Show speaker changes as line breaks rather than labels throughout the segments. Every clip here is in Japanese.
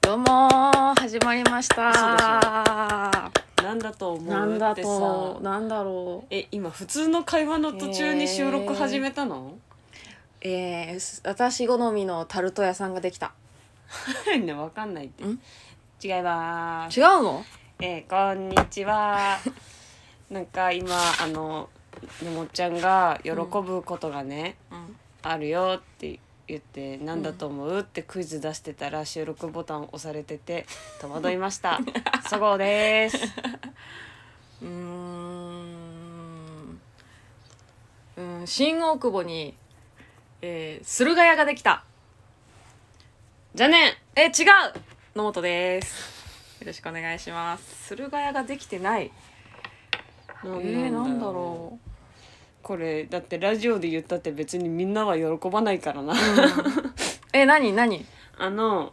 どうもー始まりましたー
なんだと思う
なんだ
ってさ
となんだろう
え今普通の会話の途中に収録始めたの、
えー、す私好みのタルト屋さんができた
ねわかんないって
ん
違います
違うの
えーこんにち はなんか今あののもっちゃんが喜ぶことがね、
うん
あるよって言ってなんだと思う、ってクイズ出してたら収録ボタン押されてて戸惑いました そごうです
うーんうん新大久保に、えー、駿河屋ができた
じゃあね
え違う野本ですよろしくお願いします駿河屋ができてない
な
え
ん
ー、なんだ
う
ろ
これだってラジオで言ったって別にみんなは喜ばないからな
う、うん、 え何何
あの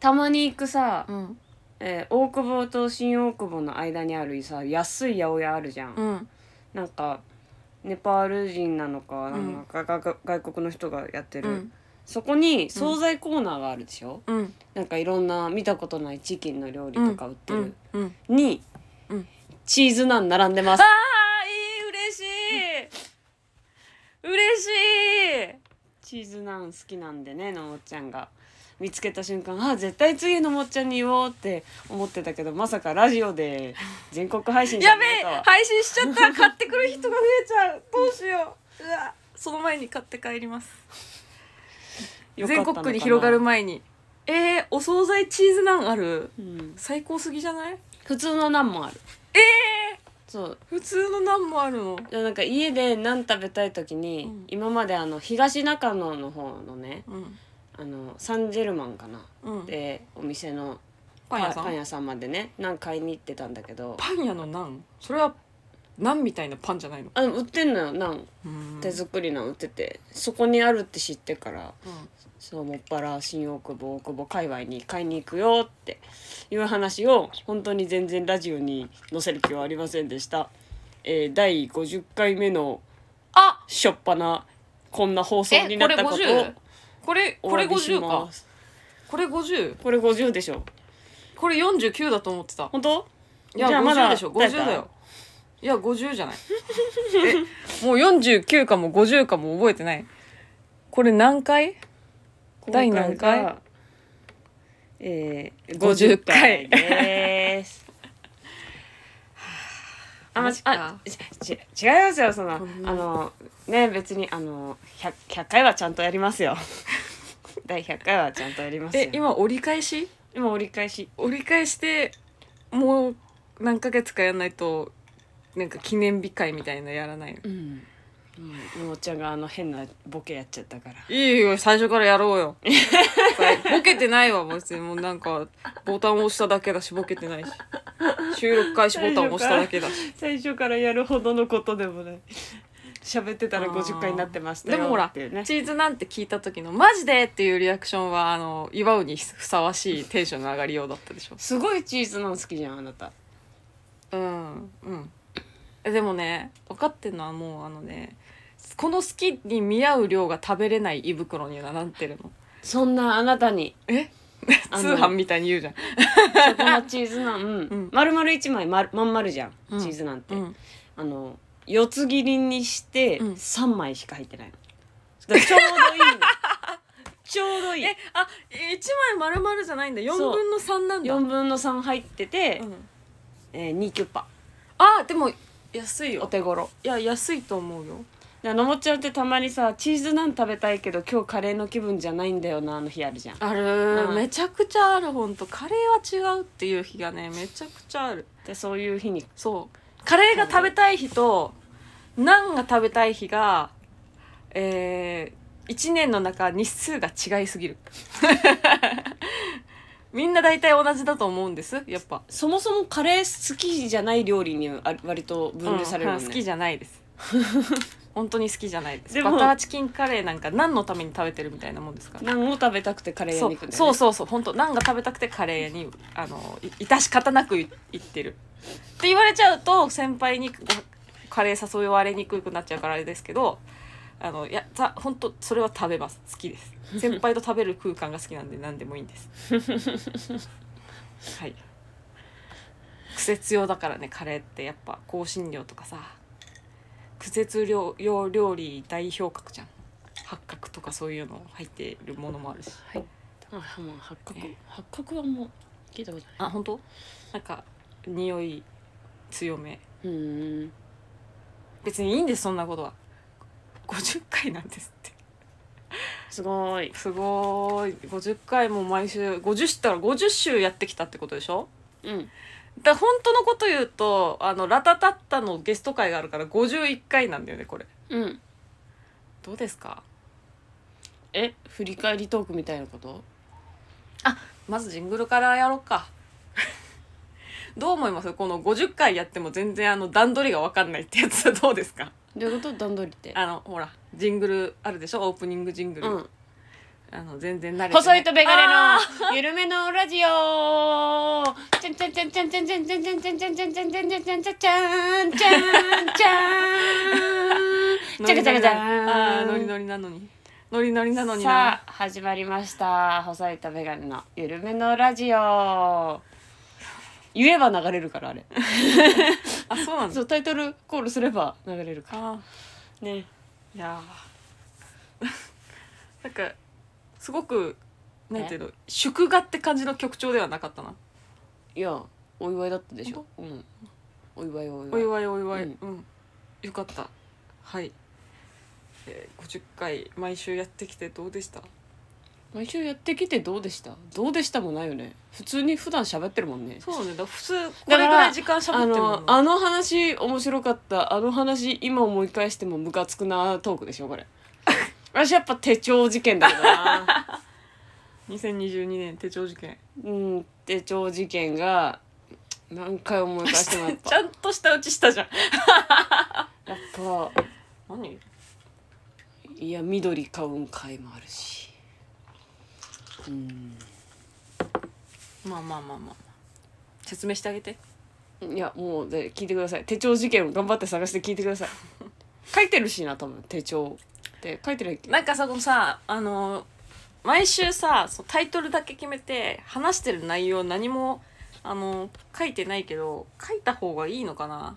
たまに行くさ、
うん
えー大久保と新大久保の間にあるさ安い八百屋あるじゃん、
うん
なんかネパール人なのかなんかが、が外国の人がやって
う
る、
ん
そこに惣菜コーナーがあるでしょ、
うん
なんかいろんな見たことないチキンの料理とか売って
う
る、
んうん
に、
うん
チーズナン並んでます
ああいい嬉しい嬉しい
チーズナン好きなんでねのもっちゃんが見つけた瞬間あ絶対次のもっちゃんに言おうって思ってたけどまさかラジオで全国配信
やべ
な
え
いとは
配信しちゃった買ってくる人が増えちゃうどうしよううわその前に買って帰ります
よかった
全
のかな
国区に広がる前にえー、お惣菜チーズナンある
うん
最高すぎじゃない
普通のナンもある
ええ
そう
ー、普通のナンもあるの
じゃあなんか家でナン食べたい時に、
うん
今まであの東中野の方のね
うん
あのサンジェルマンかな、
うん
でお店の
パン屋さん
パン屋さんまでねナン買いに行ってたんだけど
パン屋のナンそれはナンみたいなパンじゃないの
あ売ってんのよナン
うん
手作りナン売ってて、そこにあるって知ってから
うん
そうもっぱら新大久保大久保界隈に買いに行くよっていう話を本当に全然ラジオに載せる気はありませんでした、えー、第50回目の
あ
しょっぱなこんな放送に
え
な
こ
っ
れ
たことを
50これ
お
これ
詫びし
50か
ます
これ50
これ50でしょ
これ49だと思ってた
本当
いや
じゃあま
50
だ
でしょ
誰
50
か
だよいや50じゃないえもう49かも50かも覚えてないこれ何回第何回
今がえ
50
ー、50
回
回です あ
マジ
あ
か
ち違いますよその、
うん
あのね別にあの 100, 100回はちゃんとやりますよ 第100回はちゃんとやりますよ
え今折り返し
今折り返し
折り返してもう何ヶ月かやんないとなんか記念日会みたいなのやらないの
うんのもちゃんがあの変なボケやっちゃったから
いいよ最初からやろ うよボケてないわ別にもうなんかボタンを押しただけだしボケてないし収録開始ボタンを押しただけだし
最初からやるほどのことでもない喋ってたら
あー
50回になってました
で
よ
もほら、
っていうね
チーズなんて聞いた時の「マジで!」っていうリアクションはあの祝うにふさわしいテンションの上がりようだったでしょ
すごいチーズの好きじゃんあなた
うんうんえでもね分かってんのはもうあのねこの好きに見合う量が食べれない胃袋にはなってるの
そんなあな たに
え
あの
通販みたいに言うじゃん
そこのチーズナン、うん
うん
丸々一枚まるまん丸じゃん、
うん
チーズナンって、
うん
あの四つ切りにして
うん
三枚しか入っ てないの、だからちょうどいいのちょうどいい
えあ一枚丸々じゃないんだ4
そう
分の3なんだ、
四分の三入ってて、
うん
えー、2キュッパ
あでも安い
お
よ
手頃
いや安いと思うよ
だからのもちゃんってたまにさチーズナン食べたいけど今日カレーの気分じゃないんだよなあの日あるじゃん
ある、
うん
めちゃくちゃあるほんとカレーは違うっていう日がねめちゃくちゃある
でそういう日に
そうカレーが食べたい日とナンが食べたい日がえー、1年の中日数が違いすぎる みんな大体同じだと思うんですやっぱ
そもそもカレー好きじゃない料理にあ割と分類されるもん
うん
ね、
好きじゃないです 本当に好きじゃないです
でも
バターチキンカレーなんか何のために食べてるみたいなもんですから
ナンを食べたくてカレー屋
そ
に
う
行くんだよね
そうそうそう本当ナンが食べたくてカレー屋にあのい致し方なくい行ってるって言われちゃうと先輩にごカレー誘われにくくなっちゃうからあれですけどあのいやた本当それは食べます好き です先輩と食べる空間が好きなんで何でもいいんですはい苦節用だからねカレーってやっぱ香辛料とかさ苦節料用料理代表格じゃん八角とかそういうの入ってるものもあるし
はいあもう八角
ね
八角はもう聞いたことない
あ本当なんか匂い強め
うーん
別にいいんですそんなことは50回なんですって
すごい
すごーい50回も毎週50したら50週やってきたってことでしょ
うん
だから本当のこと言うとあのラタタッタのゲスト会があるから51回なんだよねこれ
うん
どうですか
え振り返りトークみたいなこと
まずジングルからやろうかどう思いますこの50回やっても全然あの段取りが分かんないってやつはどうですか
どういうこと段取りって
あのほらジングルあるでしょオープニングジングル、
うん
あの全然慣れてない
細いとメガ
あ
ネのゆるめのラジオちゃんちゃんちゃんちゃんちゃんちゃんちゃんちゃんちゃんちゃんちゃんちゃんちゃんちゃんちゃん
ー
ちゃんちゃんちゃんちゃんちゃかちゃかち
あ
ゃ
ー
ん
ノリノリなのにノリノリなのにな
さあ始まりました細いとメガネのゆるめのラジオ言えば流れるからあれ
あそうなんだ
そうタイトルコールすれば流れるから
あ
ね
ーいやー なんかすごくなんていうの祝賀って感じの曲調ではなかったない
やお祝いだったでしょうんお祝いお
お
祝い
祝いお祝い、
うん
うんよかったはい、えー、50回毎週やってきてどうでした
毎週やってきてどうでしたどうでしたもないよね普通に普段喋ってるもんね
そうねだ普通これ
れぐ
ぐ
ら
ら
い
い
時
時間しゃべ
あ
ってる
のあの話面白かったあの話今思い返してもムカつくなトークでしょ これ私やっぱ手帳事件だよ な
2022年手帳事件
うん手帳事件が何回思い返してもやっ
ち
ぱ
ゃんとしたうちしたじゃん
やっぱ
何
いや緑買うん回もあるしうん
まあまあまあまあ説明してあげて
いやもうで聞いてください手帳事件を頑張って探して聞いてくだ さい書いてるしな多分手帳って書いてないっけ
なんかさこのさあの毎週さそうタイトルだけ決めて話してる内容何もあの書いてないけど書いた方がいいのかな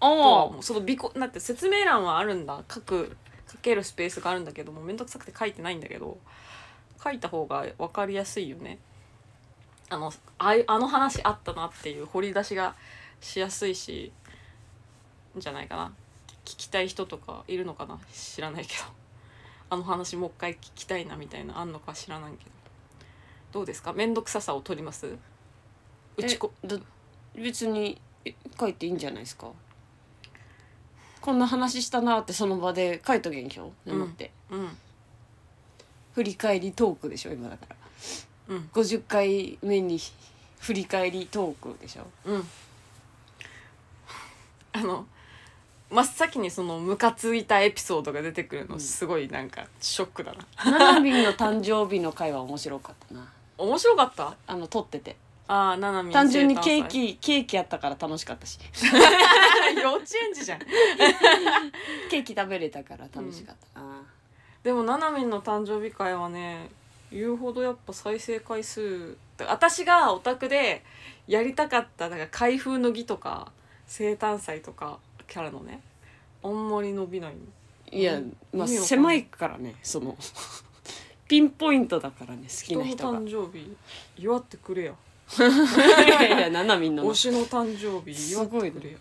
とは
あ
思うそのビコだって説明欄はあるんだ書く書けるスペースがあるんだけどもうめんどくさくて書いてないんだけど書いた方が分かりやすいよねあのあいあの話あったなっていう掘り出しがしやすいしんじゃないかな聞きたい人とかいるのかな知らないけど あの話もう一回聞きたいなみたいなあんのか知らないけどどうですかめんどくささを取りますうちこ
えだ別にえ書いていいんじゃないですかこんな話したなってその場で書いとけんきょメモって、
うん
振り返りトークでしょ今だから
うん
50回目に振り返りトーク でしょ
うん、あの真っ先にそのムカついたエピソードが出てくる
う
の
ん
すごいなんかショックだな、
七海の誕生日の回は面白かったな
面白かった
あの撮ってて
ああななみん
単純にケ
生誕
ー
祭
キケーキやったから楽しかったし
幼稚園児じゃん
ケーキ食べれたから楽しかったな、
でもななみんの誕生日会はね言うほどやっぱ再生回数だ私がオタクでやりたかっただから開封の儀とか生誕祭とかキャラのねあんまり伸びないの
いや
うん
ま
意味わかん
あ
ない
狭いからねその ピンポイントだからね好き
人
な
の
人が
誕生日祝ってくれや
いやいやななみんの
推しの誕生日祝ってくれや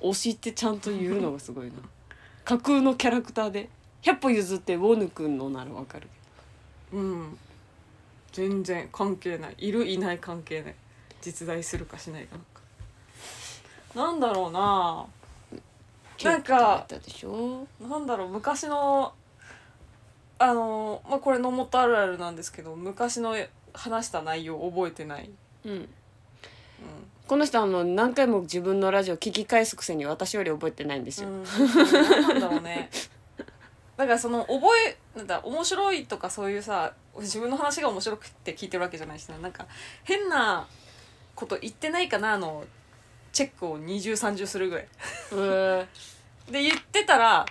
推しってちゃんと言うのがすごいな架空のキャラクターで100歩譲ってウォヌ君のならわかる
うん全然関係ないいるいない関係ない実在するかしないかなんかなんだろうな
けど
なんか
ケーキ食べたでしょ
なんだろう昔のあのまあこれ野本あるあるなんですけど昔の話した内容覚えてない、
うん
う
この人あの何回も自分のラジオ聞き返すくせに私より覚えてないんで
ん
すよ、
うん、なんだろう ねだからその覚えなんだ面白いとかそういうさ自分の話が面白くって聞いてるわけじゃないしななんか変なこと言ってないかなのチェックを二重三重するぐらい。
うー
で言ってたら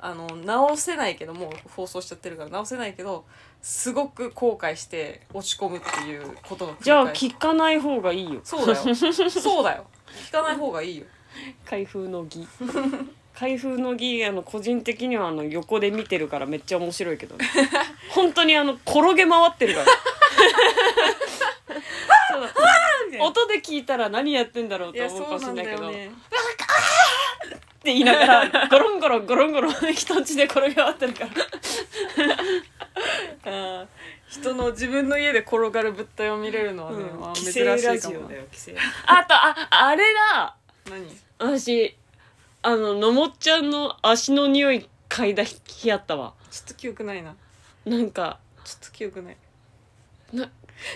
あの直せないけどもう放送しちゃってるから直せないけどすごく後悔して落ち込むっていうことの繰り返し
じゃあ聞かない方がいいよ
そうだよそうだよ聞かない方がいいよ
開封の儀 開封の儀あの個人的にはあの横で見てるからめっちゃ面白い けど、ね、本当にあの転げ回ってるからそう音で聞いたら何やってんだろう
い
と
や
思う
そ
か
う
も
な
しれ
ん
ない
だ
けど、
よね
って言いながらゴロンゴロンゴロンゴロン人んちで転げ回ってるから
あー人の自分の家で転がる物体を見れるのはね、
うん
まあ、
寄
珍し
生
いかもな
ラジオだよあとああれだ
何
私あののもっちゃんの足の匂い嗅いだ日あったわ
ちょっと記憶ないな
なんか
ちょっと記憶ない
な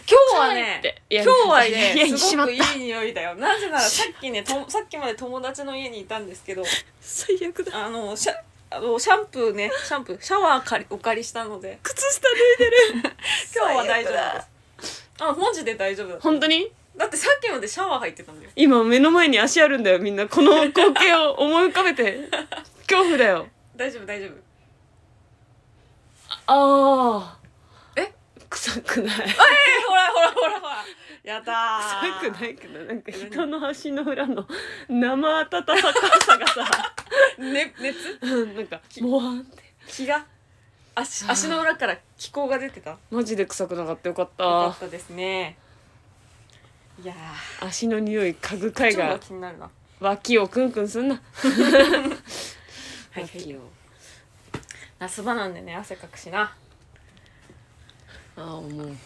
今日はね
ってい
今
や
日はい
や
ねす
し
ご
まっ
く
た
いい匂いだよなぜならさっきねとさっきまで友達の家にいたんですけど
最悪だ
あのシャあのシャンプーねシャンプーシャワー借りお借りしたので
靴下脱いでる
今日は大丈夫ですあマジで大丈夫だ
本当に
だってさっきまでシャワー入ってたんだよ
今目の前に足あるんだよみんなこの光景を思い浮かべて恐怖だよ
大丈夫大丈夫
ああ
え
臭くない
えー、ほらほらほらほらやったー
臭くないけどなんか人の足の裏の生温かさがさ
ね熱
うんなんかもわんって
気が足足の裏から気候が出てたよ
マジで臭くなかったよかっ
かったたですねいや
足の匂い嗅ぐ
ー
会
ちょっ
が
と気になるな
脇をクンクンすんな
はい
脇を
夏場なんでね汗かくしな
ああもう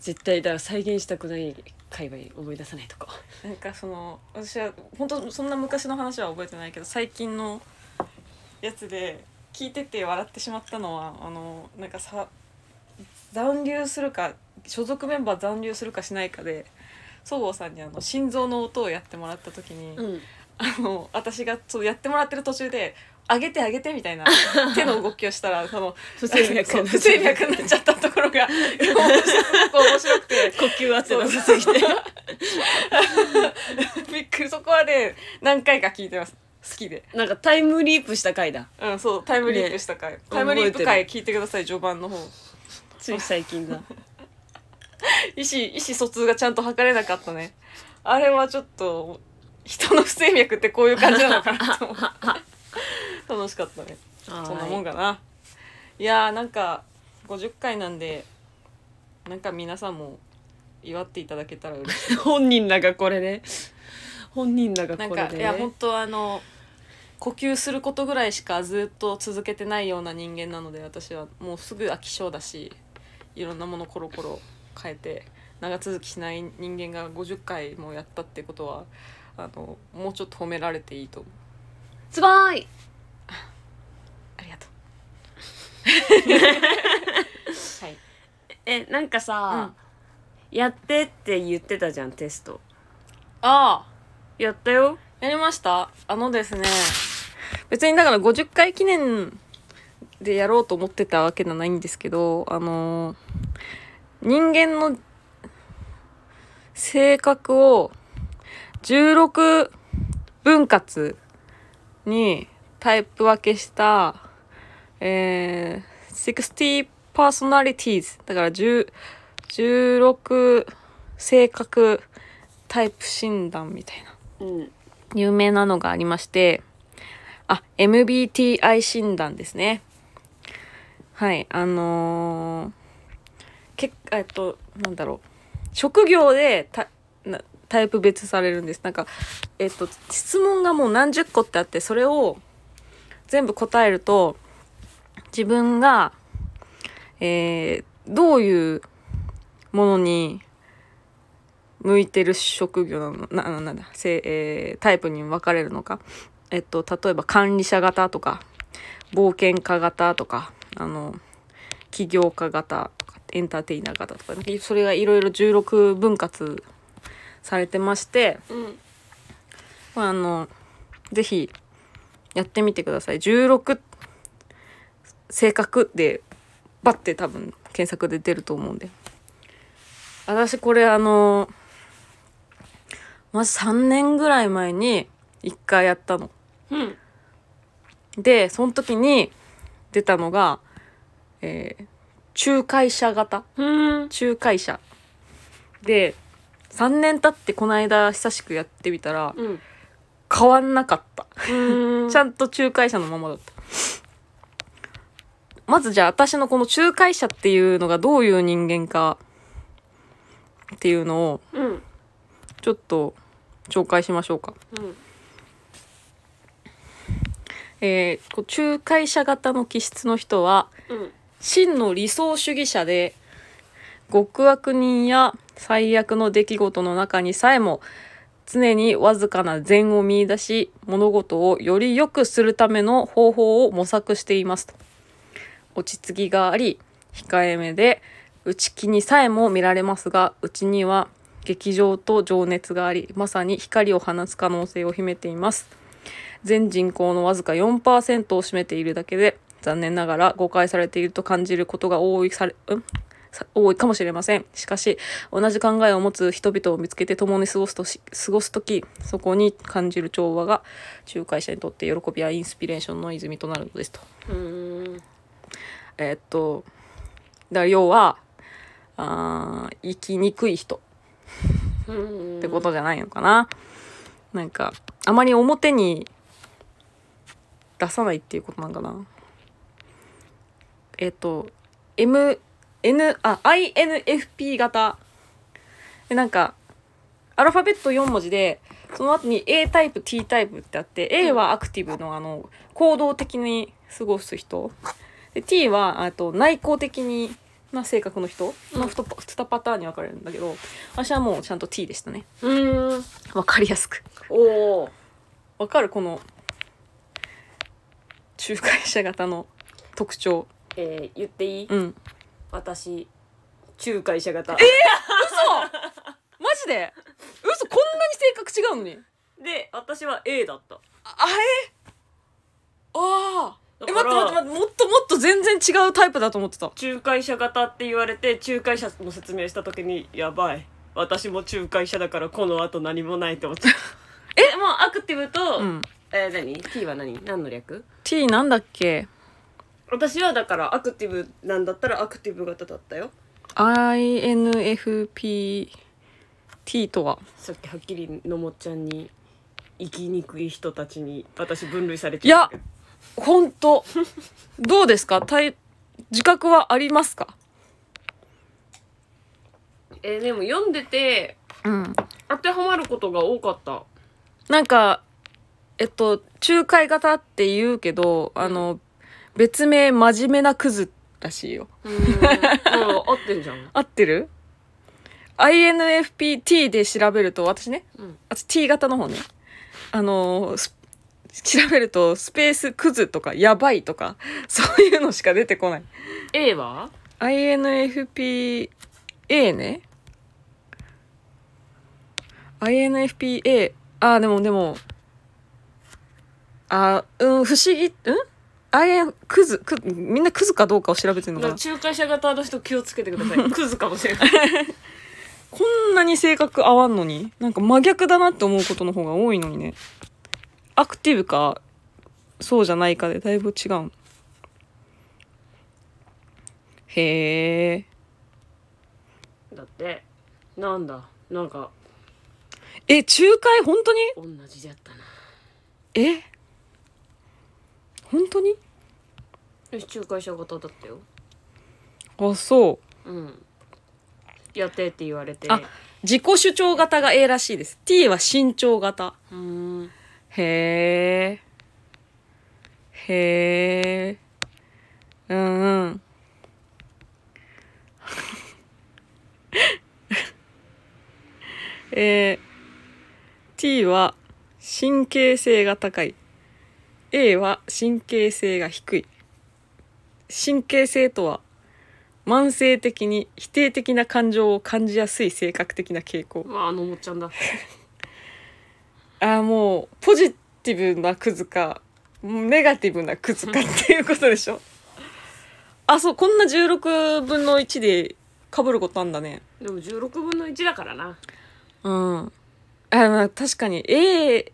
絶対だから再現したくない界隈思い出さないとこ
なんかその私は本当そんな昔の話は覚えてないけど最近のやつで聞いてて笑ってしまったのはあのなんかさ残留するか所属メンバー残留するかしないかでそごうさんにあの心臓の音をやってもらった時に、
ん
あの私がそうやってもらってる途中で「上げて上げて」みた いな手の動きをしたらその
不整脈
そう不整脈になっちゃったところ が面白面白くて。
呼吸圧なさすぎて
びっくりそこはね何回か聞いてます好きで
なんかタイムリープした回だ
うんそうタイムリープした回、タイムリープ回聞いてください序盤の方
つい最近だ
意思意思疎通がちゃんと測れなかったねあれはちょっと人の不整脈ってこういう感じなのかなと思って楽しかったねそんなもん
が
かないやーなんか50回なんでなんか皆さんも祝っていただけたら嬉しい
本人らがこれね本人らが
なん
これ
か
で
いや本当あの呼吸することぐらいしかずっと続けてないような人間なので私はもうすぐ飽き性だしいろんなものコロコロ変えて長続きしない人間が50回もやったってことはあのもうちょっと褒められていいと思う
すごーい
ありがとうはい
えなんかさ、やってって言ってたじゃんテスト
ああ
やったよ
やりましたあのですね別にだから50回記念でやろうと思ってたわけじゃないんですけどあのー人間の性格を16分割にタイプ分けした、えー、60 personalities だから10 16性格タイプ診断みたいな
うん
有名なのがありまして、あ、MBTI 診断ですね。はい、あのー、けっえっと、なんだろう。職業でたなタイプ別されるんです。なんか、えっと、質問がもう何十個ってあって、それを全部答えると、自分が、えーどういうものに向いてる職業なのなななんだせ、えータイプに分かれるのか、えっと、例えば管理者型とか冒険家型とかあの起業家型とかエンターテイナー型とかなんかそれがいろいろ16分割されてまして、
うん
まあ、あのぜひやってみてください16性格でバッて多分検索で出ると思うんで私これあのまず3年ぐらい前に1回やったの
うん
でその時に出たのが、えー仲介者型
うん
仲介者で3年経ってこの間久しくやってみたら
うん
変わんなかった
うん
ちゃんと仲介者のままだった。まずじゃあ私のこの仲介者っていうのがどういう人間かっていうのを
うん
ちょっと紹介しましょうか。
うん
えーこう仲介者型の気質の人は
うん
真の理想主義者で極悪人や最悪の出来事の中にさえも常にわずかな善を見出し物事をより良くするための方法を模索していますと落ち着きがあり控えめで内気にさえも見られますが内には劇場と情熱がありまさに光を放つ可能性を秘めています全人口のわずか4%を占めているだけで残念ながら誤解されていると感じることが多いされ、うんさ多いかもしれませんしかし同じ考えを持つ人々を見つけて共に過ごすとし過ごす時そこに感じる調和が仲介者にとって喜びやインスピレーションの泉となるのですと。
うん
えーっとだから要はあー生きにくい人
うん
ってことじゃないのかな、なんかあまり表に出さないっていうことなんかなえっ、と MN あ INFP 型でなんかアルファベット4文字でその後に A タイプ T タイプってあって A はアクティブのあの行動的に過ごす人で T はあと内向的にな性格の人の 2, パターンに分かれるんだけど私はもうちゃんと T でしたね
うん
わかりやすく
おお
わかるこの仲介者型の特徴
えー、言っていい、
うん
私仲介者型
マジで嘘こんなに性格違うのに
で私は A だった
ああえああえ
だ
待っ
か
て待って待っ
ら
てもっともっと全然違うタイプだと思ってた
仲介者型って言われて仲介者の説明した時にやばい私も仲介者だからこの後何もないっ て思ったえもうアクティブと、
うん
えー、何 T は何何の略
T なんだっけ
私はだからアクティブなんだったらアクティブ型だったよ
INFPT とは
さっきはっきりのもっちゃんに生きにくい人たちに私分類され
い
ちゃ
や
う
本当どうですか体自覚はありますか
えーでも読んでて
うん
当てはまることが多かった
なんかえっと仲介型って言うけどあの別名真面目なクズらしいよ
うん合ってんじゃん
合ってる ?INFPT で調べると私ね
うん
あ T 型の方ねあのす調べるとスペースクズとかやばいとかそういうのしか出てこない
A は
INFPA ね INFPA あーでもでもあーうん不思議ん ?IN クズクみんなクズかどうかを調べてるのかな
仲介者型の人気をつけてくださ いクズかもしれない
こんなに性格合わんのになんか真逆だなって思うことの方が多いのにねアクティブかそうじゃないかでだいぶ違うへー
だってなんだなんか
え仲介本当に
同じだったな
え本当に
私仲介者型だったよ
あそう
うんやってって言われて
あ自己主張型が A らしいです T は慎重型
うーん
へえへえうんうん えー、T は神経性が高い A は神経性が低い神経性とは慢性的に否定的な感情を感じやすい性格的な傾向
まああのおもっちゃんだ
あーもうポジティブなクズかネガティブなクズかっていうことでしょ あそうこんな16分の1でかぶることあんだね
でも16分の1だからな
うんあまあ確かに A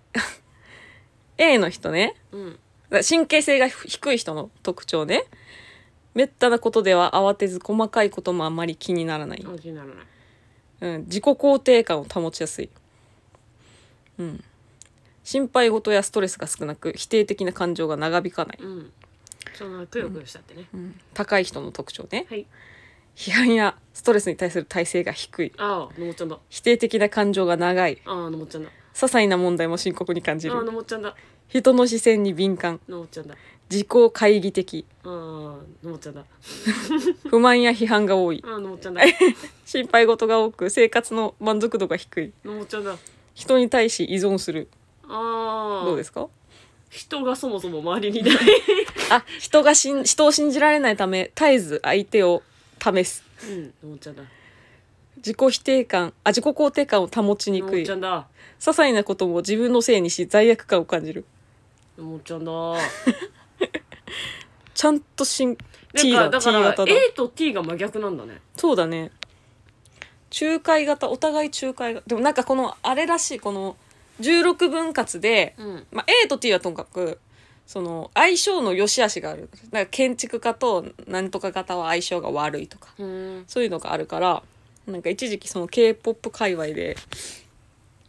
A の人ね
うん
だから神経性が低い人の特徴ねめったなことでは慌てず細かいこともあまり気にならない、
あ気にならない
うん、自己肯定感を保ちやすい、うん、心配事やストレスが少なく否定的な感情が長引かない、
うんそんなくよくよしたってね、
うん、高い人の特徴ね
はい
批判やストレスに対する耐性が低い
ああのもっちゃんだ
否定的な感情が長い
ああのもっちゃんだ
些細な問題も深刻に感じ
ああの
る
もっちゃんだ
人の視線に敏感
のもっちゃんだ
自己懐疑的
ああのもっちゃんだ
不満や批判が 多い
ああのもっちゃんだ
心配事が多く生活の満足度が低い
のもっちゃんだ
人に対し依存する
ああ
どうですか
人がそもそも周 りにいない
あ人がしん人を信じられないため絶えず相手を試す
うんのもっちゃんだ
自己否定感あ自己肯定感を保ちに
のも
く
っ
い
ちゃ
些
んだ
細なことも自分のせいにし罪悪感を感じる
のもっちゃ んだ
ちゃんとしん T
だ
だ
だ
T
から
型だ
A と T が真逆なんだね
そうだね仲介型お互い仲介がでもなんかこのあれらしいこの16分割で、
うん
まあ、A と T はともかくその相性の良し悪しがあるなんか建築家となんとか型は相性が悪いとか
うん
そういうのがあるからなんか一時期その k p o p 界隈で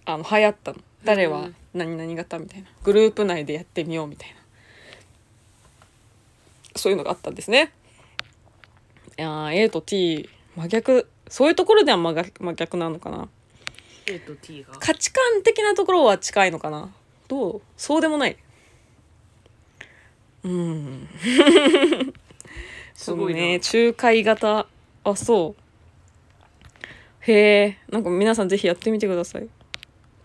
あの流行ったの誰
う
は
ん
何々型みたいなグループ内でやってみようみたいなそういうのがあったんですねいやー A と T 真逆そういうところでは真逆真逆なのかな
A と T が
価値観的なところは近いのかなどうそうでもないうん
すご
そう
いな
ね仲介型あそうへえんか皆さんぜひやってみてください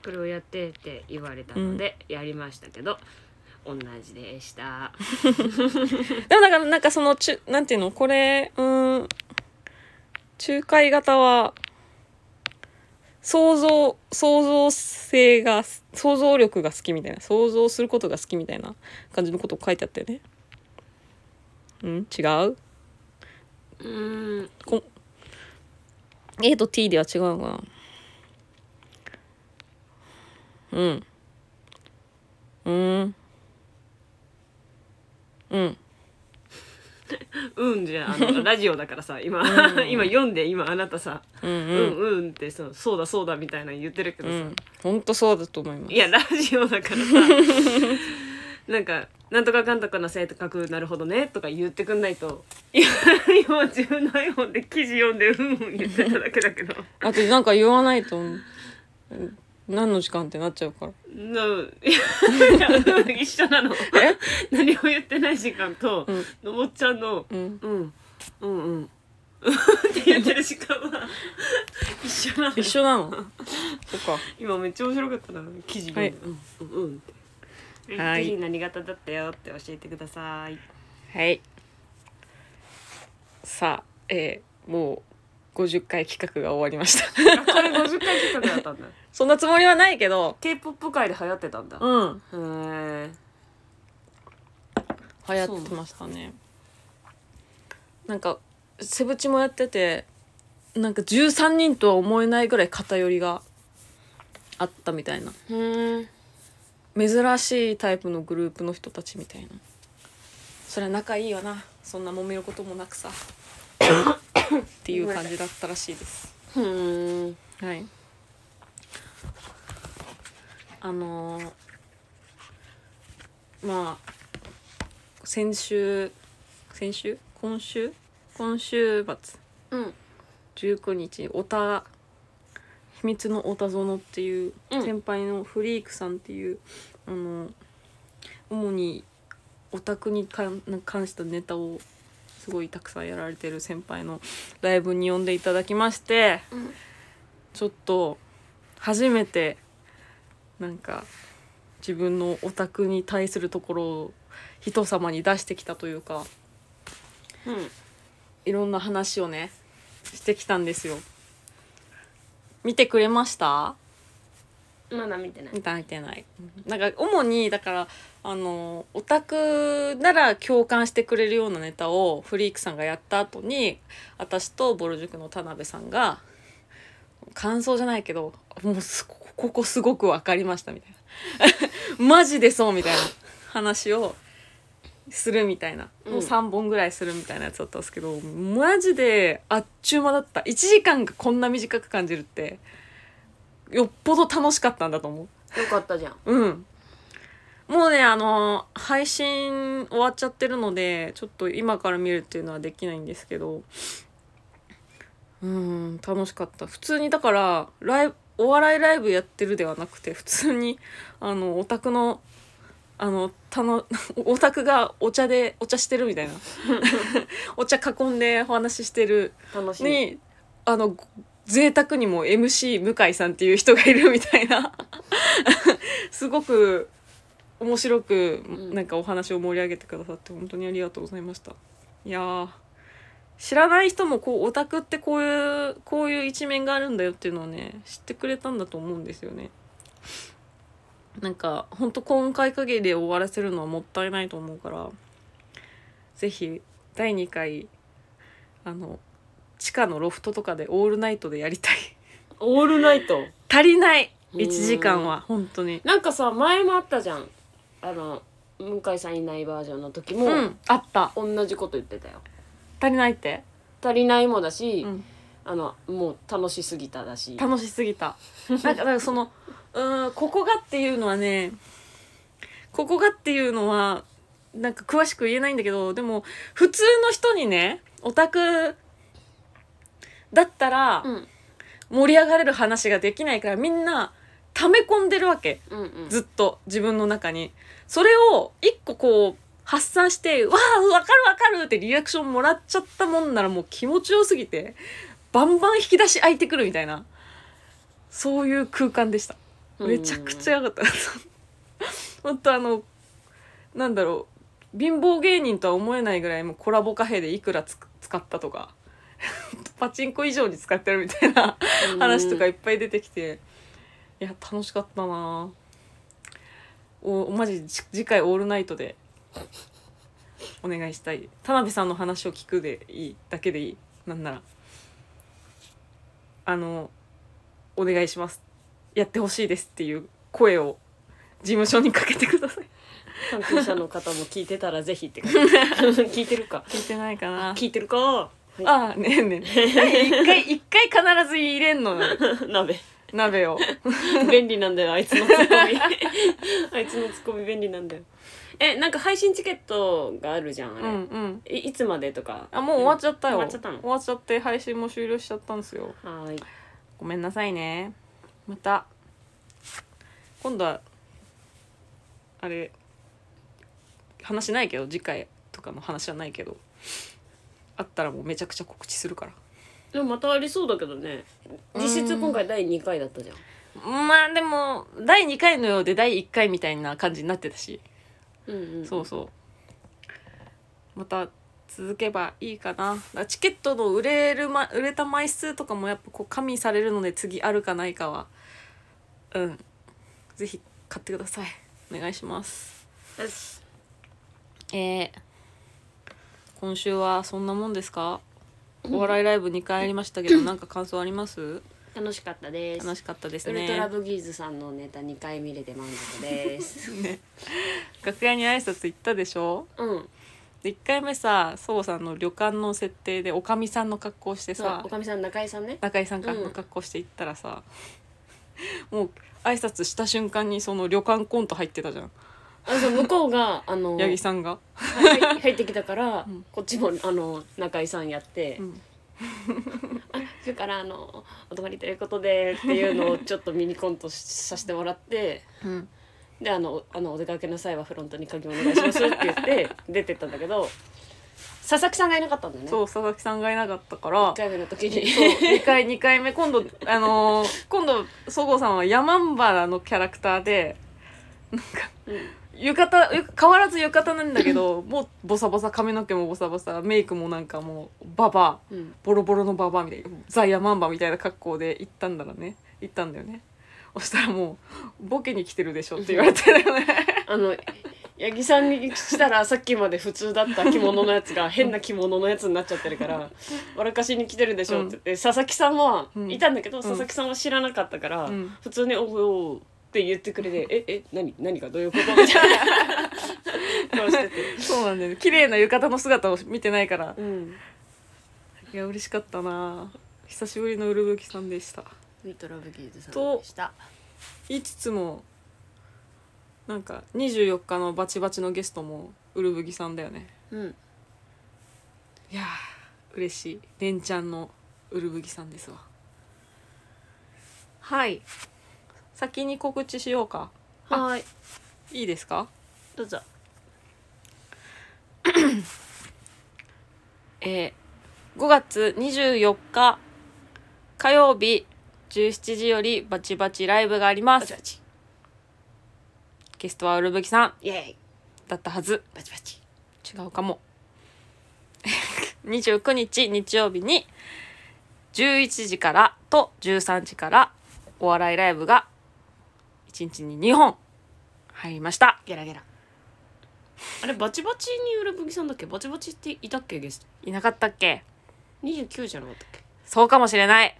これをやってって言われたので、やりましたけど同じでした
でもだからなんかそのちゅなんていうのこれうーん仲介型は想像想像性が想像力が好きみたいな想像することが好きみたいな感じのことを書いてあったよねうん違う
うーん
A と T では違うのかなうんうんうん
うんじゃああ のラジオだからさ今
うん
今読んで今あなたさ
うんう
「うん
ん
うん」ってそのそうだそうだみたいなの言ってるけど
う
さ、
ん本当そうだと思います
いやラジオだ からさなんか「なんとかかんとかの性格なるほどね」とか言ってくんないといや今自分の iPhone で記事読んで「うんうん」言ってただけだけど
あとなんか言わないとうん何の時間ってなっちゃうから
ないやうん一緒なの
え
何も言ってない時間と、
うん
のもっちゃんの
うん
うんうんうんって言ってる時間は一緒なの
一緒 なのそっか
今めっちゃ面白かったな記事読んで、うんうんうんって、
はい
記事何型だったよって教えてください
はいさあえーもう50回企画が終わりました
あこれ50回企画だったん だ
そんなつもりはないけど
K-POP 界で流行ってたんだ、
うん
へえ
流行ってましたねなんかセブチもやっててなんか13人とは思えないぐらい偏りがあったみたいな
うん
珍しいタイプのグループの人たちみたいなそれは仲いいよなそんな揉めることもなくさっていう感じだったらしいです
うん
はいあのーまあ先週先週今週今週末
うん
19日オタ秘密のオタゾノっていう
うん
先輩のフリークさんっていう、あの主にオタクに関関したネタをすごいたくさんやられてる先輩のライブに呼んでいただきまして、
うん
ちょっと初めてなんか自分のオタクに対するところを人様に出してきたというか
うん
いろんな話をねしてきたんですよ見てくれました
まだ見てない
見てないなんか主にだからあのオタクなら共感してくれるようなネタをフリークさんがやった後に私とボル塾の田辺さんが感想じゃないけどもうすこ ここすごく分かりましたみたいなマジでそうみたいな話をするみたいな、
うん
もう3本ぐらいするみたいなやつだったんですけどマジであっちゅう間だった1時間がこんな短く感じるってよっぽど楽しかったんだと思
よかったじゃん
ううんもうねあの配信終わっちゃってるのでちょっと今から見るっていうのはできないんですけどうん楽しかった普通にだからライブお笑いライブやってるではなくて普通にあのオタクのあのたの オタクがお茶でお茶してるみたいな お茶囲んでお話ししてる
楽しい、
にあのご贅沢にも MC 向井さんっていう人がいるみたいなすごく面白く
ん
なんかお話を盛り上げてくださって本当にありがとうございましたいやー知らない人もこうオタクってこういうこういう一面があるんだよっていうのをね知ってくれたんだと思うんですよねなんか本当今回限りで終わらせるのはもったいないと思うからぜひ第2回あの地下のロフトとかでオールナイトでやりたい
オールナイト
足りない
うん
1時間は本当に
なんかさ前もあったじゃんあの向井さんいないバージョンの時も、
うんあった
同じこと言ってたよ
足りないって、
足りないもだし、
うん、
あのもう楽しすぎただし
楽しすぎたなんかだからそのうーんここがっていうのはねここがっていうのはなんか詳しく言えないんだけどでも普通の人にねオタクだったら
うん
盛り上がれる話ができないからみんな溜め込んでるわけ
うんうん
ずっと自分の中にそれを一個こう発散して「わあわかるわかる!」ってリアクションもらっちゃったもんならもう気持ちよすぎてバンバン引き出し開いてくるみたいなそういう空間でしためちゃくちゃ良かった 本当あのなんだろう貧乏芸人とは思えないぐらいもうコラボ貨幣でいくらつく使ったとか パチンコ以上に使ってるみたいな
うん
話とかいっぱい出てきていや楽しかったなおマジじ次回「オールナイト」でお願いしたい田辺さんの話を聞くでいいだけでいいなんならあのお願いしますやってほしいですっていう声を事務所にかけてください
関係者の方も聞いてたらぜひって 感じ聞いてるか
聞いてないかな
聞いてるか
ああねえねえ 一回一回必ず入れんのよ
鍋
鍋を
便利なんだよあいつのツッコ ミあいつのツッコミ便利なんだよえなんか配信チケットがあるじゃんあ
う
れ、
んうん
いいつまでとか
あもう終わっちゃったよ、
終わっちゃったの
終わっちゃって配信も終了しちゃったんですよ
はーい
ごめんなさいねまた今度はあれ話ないけど次回とかの話はないけどあったらもうめちゃくちゃ告知するから
でもまたありそうだけどね実質今回第2回だったじゃん
まあでも第2回のようで第1回みたいな感じになってたし、
うんうん
そうそうまた続けばいいかなだからチケットの売れる、ま、売れた枚数とかもやっぱこう加味されるので次あるかないかはうんぜひ買ってくださいお願いします
よし
えー、今週はそんなもんですかお笑いライブ2回ありました けどなんか感想あります
楽しかったです
楽しかったです
ウ
ね
ルトラブギーズさんのネタ2回見れて満足です
ね楽屋に挨拶行ったでしょ
うん
で1回目さ祖母さんの旅館の設定でおかみさんの格好をして
そう
さ
おかみさん中井さ んね
中居さんから
うん
の格好して行ったらさ、もう挨拶した瞬間にその旅館コント入ってたじゃん
あそう向こうがあの
八木さんが、
はい入ってきたから、
ん
こっちもあの中居さんやって、
うん
それからあのお泊まりということでっていうのをちょっとミニコントしさせてもらってであのあのお出かけの際はフロントに鍵お願いしますって言って出てったんだけど佐々木さんがいなかったんだよね
そう佐々木さんがいなかったから
1回目の時に
そう2回2回目今度あのー今度そごうさんは山んばのキャラクターで
うん
浴衣ゆ変わらず浴衣なんだけどもうボサボサ髪の毛もボサボサメイクもなんかもうババア
うん
ボロボロのババアみたいなザ・ヤマンバみたいな格好で行ったんだらね行ったんだよねそしたらもう「ボケに来てるでしょ」って言われてるよね
あの八木さんにしたらさっきまで普通だった着物のやつが変な着物のやつになっちゃって るから「笑かしに来てるでしょ」って言って、佐々木さんは
うん
いたんだけど、
ん
佐々木さんは知らなかったから、
うん
普通に「おうおう」って言ってくれて「ええ何何がどういうこと?」みたいな顔してて、
そうなんだよね綺麗な浴衣の姿を見てないから
うん、
いや嬉しかったな久しぶりのウルブキさんでした
ウィトラブギーズさん
と
でした
言いつつもなんか24日のバチバチのゲストもウルブギさんだよね
うん
いやー嬉しい連ちゃんのウルブギさんですわはい先に告知しようか
はーい
いいですか
どうぞ
えー、5月24日火曜日17時よりバチバチライブがありま
バチ
す
バチ
ゲストはウルブキさん
イエーイ
だったはず
バチバチ
違うかも 29日日曜日に11時からと13時からお笑いライブが1日に2本入りました
ゲラゲラあれバチバチにウルブギさんだっけバチバチっていたっけゲスト
いなかったっけ
29じゃなかったっ
そうかもしれない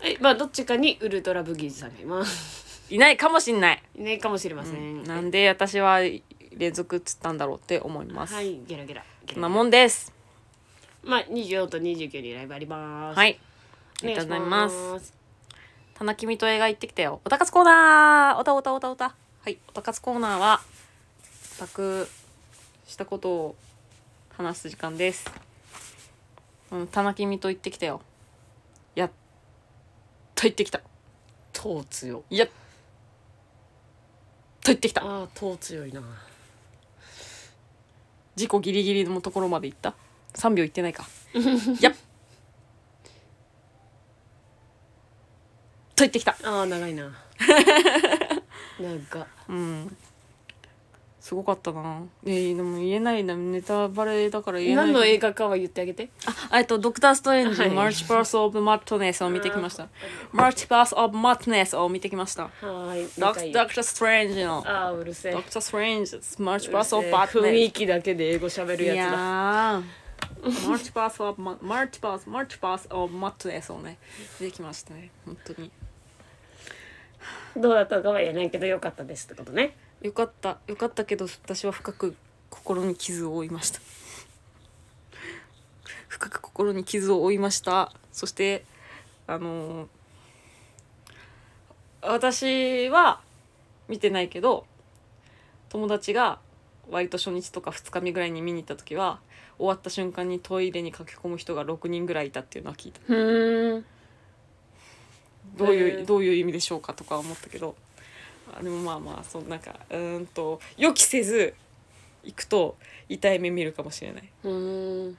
けえまあどっちかにウルトラブギーズさんがいます
いないかもしれない、
いないかもしれません、
なんで私は連続っつったんだろうって思います、
はいゲラゲラゲ
そん
ラ
なもんです
まあ24と29にライブあります
はいいありがとうございます
す
棚君と映画行ってきたよ。おたかつコーナーおたおたおたおた。はい。おたかつコーナーは、オタクしたことを話す時間です。うん、棚君と行ってきたよ。やっと行ってきた。
とう強
やっと行ってきた。
ああとう強いな
事故ギリギリのところまで行った3秒行ってない かやっと行ってきた
ああ長い ななんか
うんすごかったなえでも言えないなネタバレだから言えない
何の映画かは言ってあげて
あえっと「ドクター・ストレンジ」
はい
マルチパース・オブ・マットネス」を見てきました「マルチパース・オブ・マットネス」を見てきました
はーい
ド
仲
ク
いい
ドクター・ストレンジの
ああうるせえ
ドクター・ストレンジマルチ
う
パー
る
ス・
せ
オ
え
ブ・マット
雰
ネ
囲気だけで英語喋
ス
る
い
やつだ
やーマルチパース・オブ・ママルチパース・マルチパース・オブ・マットネスをね見てきましたね本当に
どうだったかは言えないけどよかったですってことね
よかったよかったけど私は深く心に傷を負いました 深く心に傷を負いましたそしてあのー私は見てないけど友達が割と初日とか2日目ぐらいに見に行った時は終わった瞬間にトイレに駆け込む人が6人ぐらいいたっていうのは聞いた
うん
どう
へ
い
ー
うどういう意味でしょうかとか思ったけどあでもまあまあそうなんかうーんと予期せず行くと痛い目見るかもしれない
うん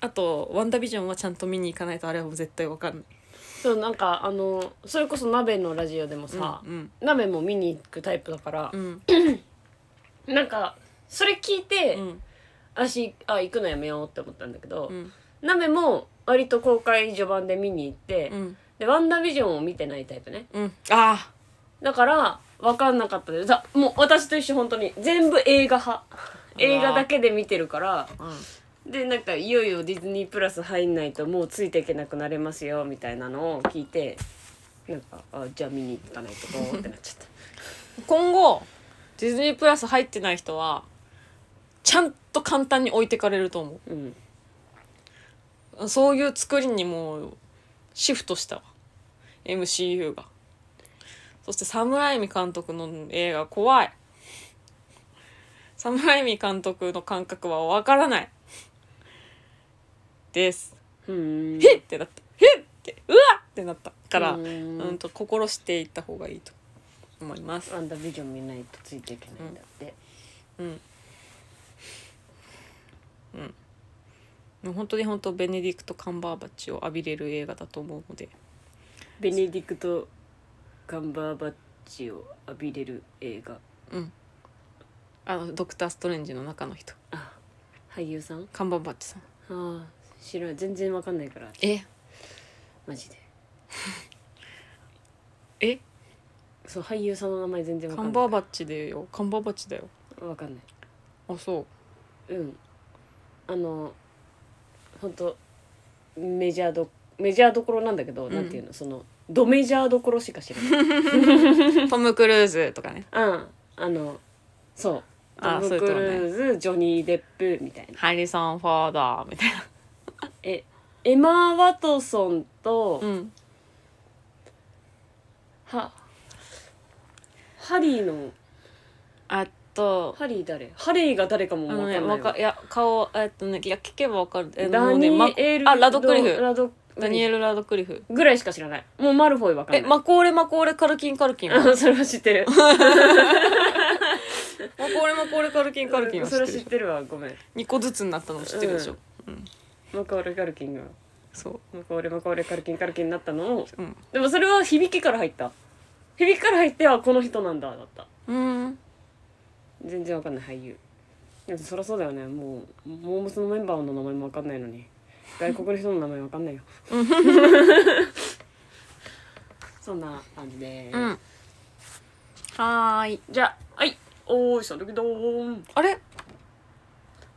あと「ワンダービジョン」はちゃんと見に行かないとあれはもう絶対わかんない
そうなんかあのそれこそ鍋のラジオでもさ、
うん
鍋も見に行くタイプだから
う、ん
なんかそれ聞いて、
うん
私あ行くのやめようって思ったんだけど、
うん
鍋も割と公開序盤で見に行って、
うん
でワンダービジョンを見てないタイプね
うんあ
だから分かんなかったですだもう私と一緒本当に全部映画派映画だけで見てるから
あうん
でなんかいよいよディズニープラス入んないともうついていけなくなれますよみたいなのを聞いてなんかあじゃあ見に行かないとこうってなっちゃった
今後ディズニープラス入ってない人はちゃんと簡単に置いてかれると思
うん
うそういう作りにもうシフトしたわ MCU がそしてサムライミ監督の映画怖いサムライミ監督の感覚はわからないです
うん
へっってなったへっってうわっってなったから
うん
うんと心していった方がいいと思います
ワンダービジョン見ないとついていけないんだって、
うんうんもう本当に本当ベネディクト・カンバーバッチを浴びれる映画だと思うので
ベネディクト・カンバーバッジを浴びれる映画
うんあのドクター・ストレンジの中の人
あ俳優さん
カンバーバッチさん
ああ知らない全然わかんないから
え
マジで
え
そう俳優さんの名前全然わ
カ
かん
ン
な
バ
い
ーバッチでよカンバーバッチだよ
わかんない
あそう
うんあの本当メジャーどメジャーどころなんだけど、
ん
なんていうのその ドメジャーどころしか知らない
トム・クルーズとかね
うんあのそうト
あ
ム・
そういう
ク
ことね
ルーズ、ジョニー・デップみたいな
ハリソン・フォードみたいな
えエマ・ワトソンと、
うん
はハリーの
あと
ハリー誰ハリーが誰かも
あ
分か
の
んな
ねわ
い
かいや顔えっとねいや聞けばわかるえ
ダ
もうねま
ニエル、
あラドクリフ
ラド
ダニエ
ル
ル・ラドクリフ
ぐらいしか知らないもうマルフォイ分かんな
え
い
マコーレマコーレカルキンカルキンは
あそれは知ってる
マコー レマコーレカルキンカルキンは知
そ
ってる
れは
で
知
し
っ
ょ
てるわごめん
2個ずつになったのも知ってるでしょ、
マカオレカルキンが
そう
マカオレマカオレカルキンカルキンになったのを
うん
でもそれは響きから入った響きから入ってはこの人なんだだった
うん
全然わかんない俳優でもそりゃそうだよねもうモームスのメンバーの名前もわかんないのに外国の人の名前わかんな いよそんな感じで、
うんはーい
じゃあはいおーしゃどきどーん
あれ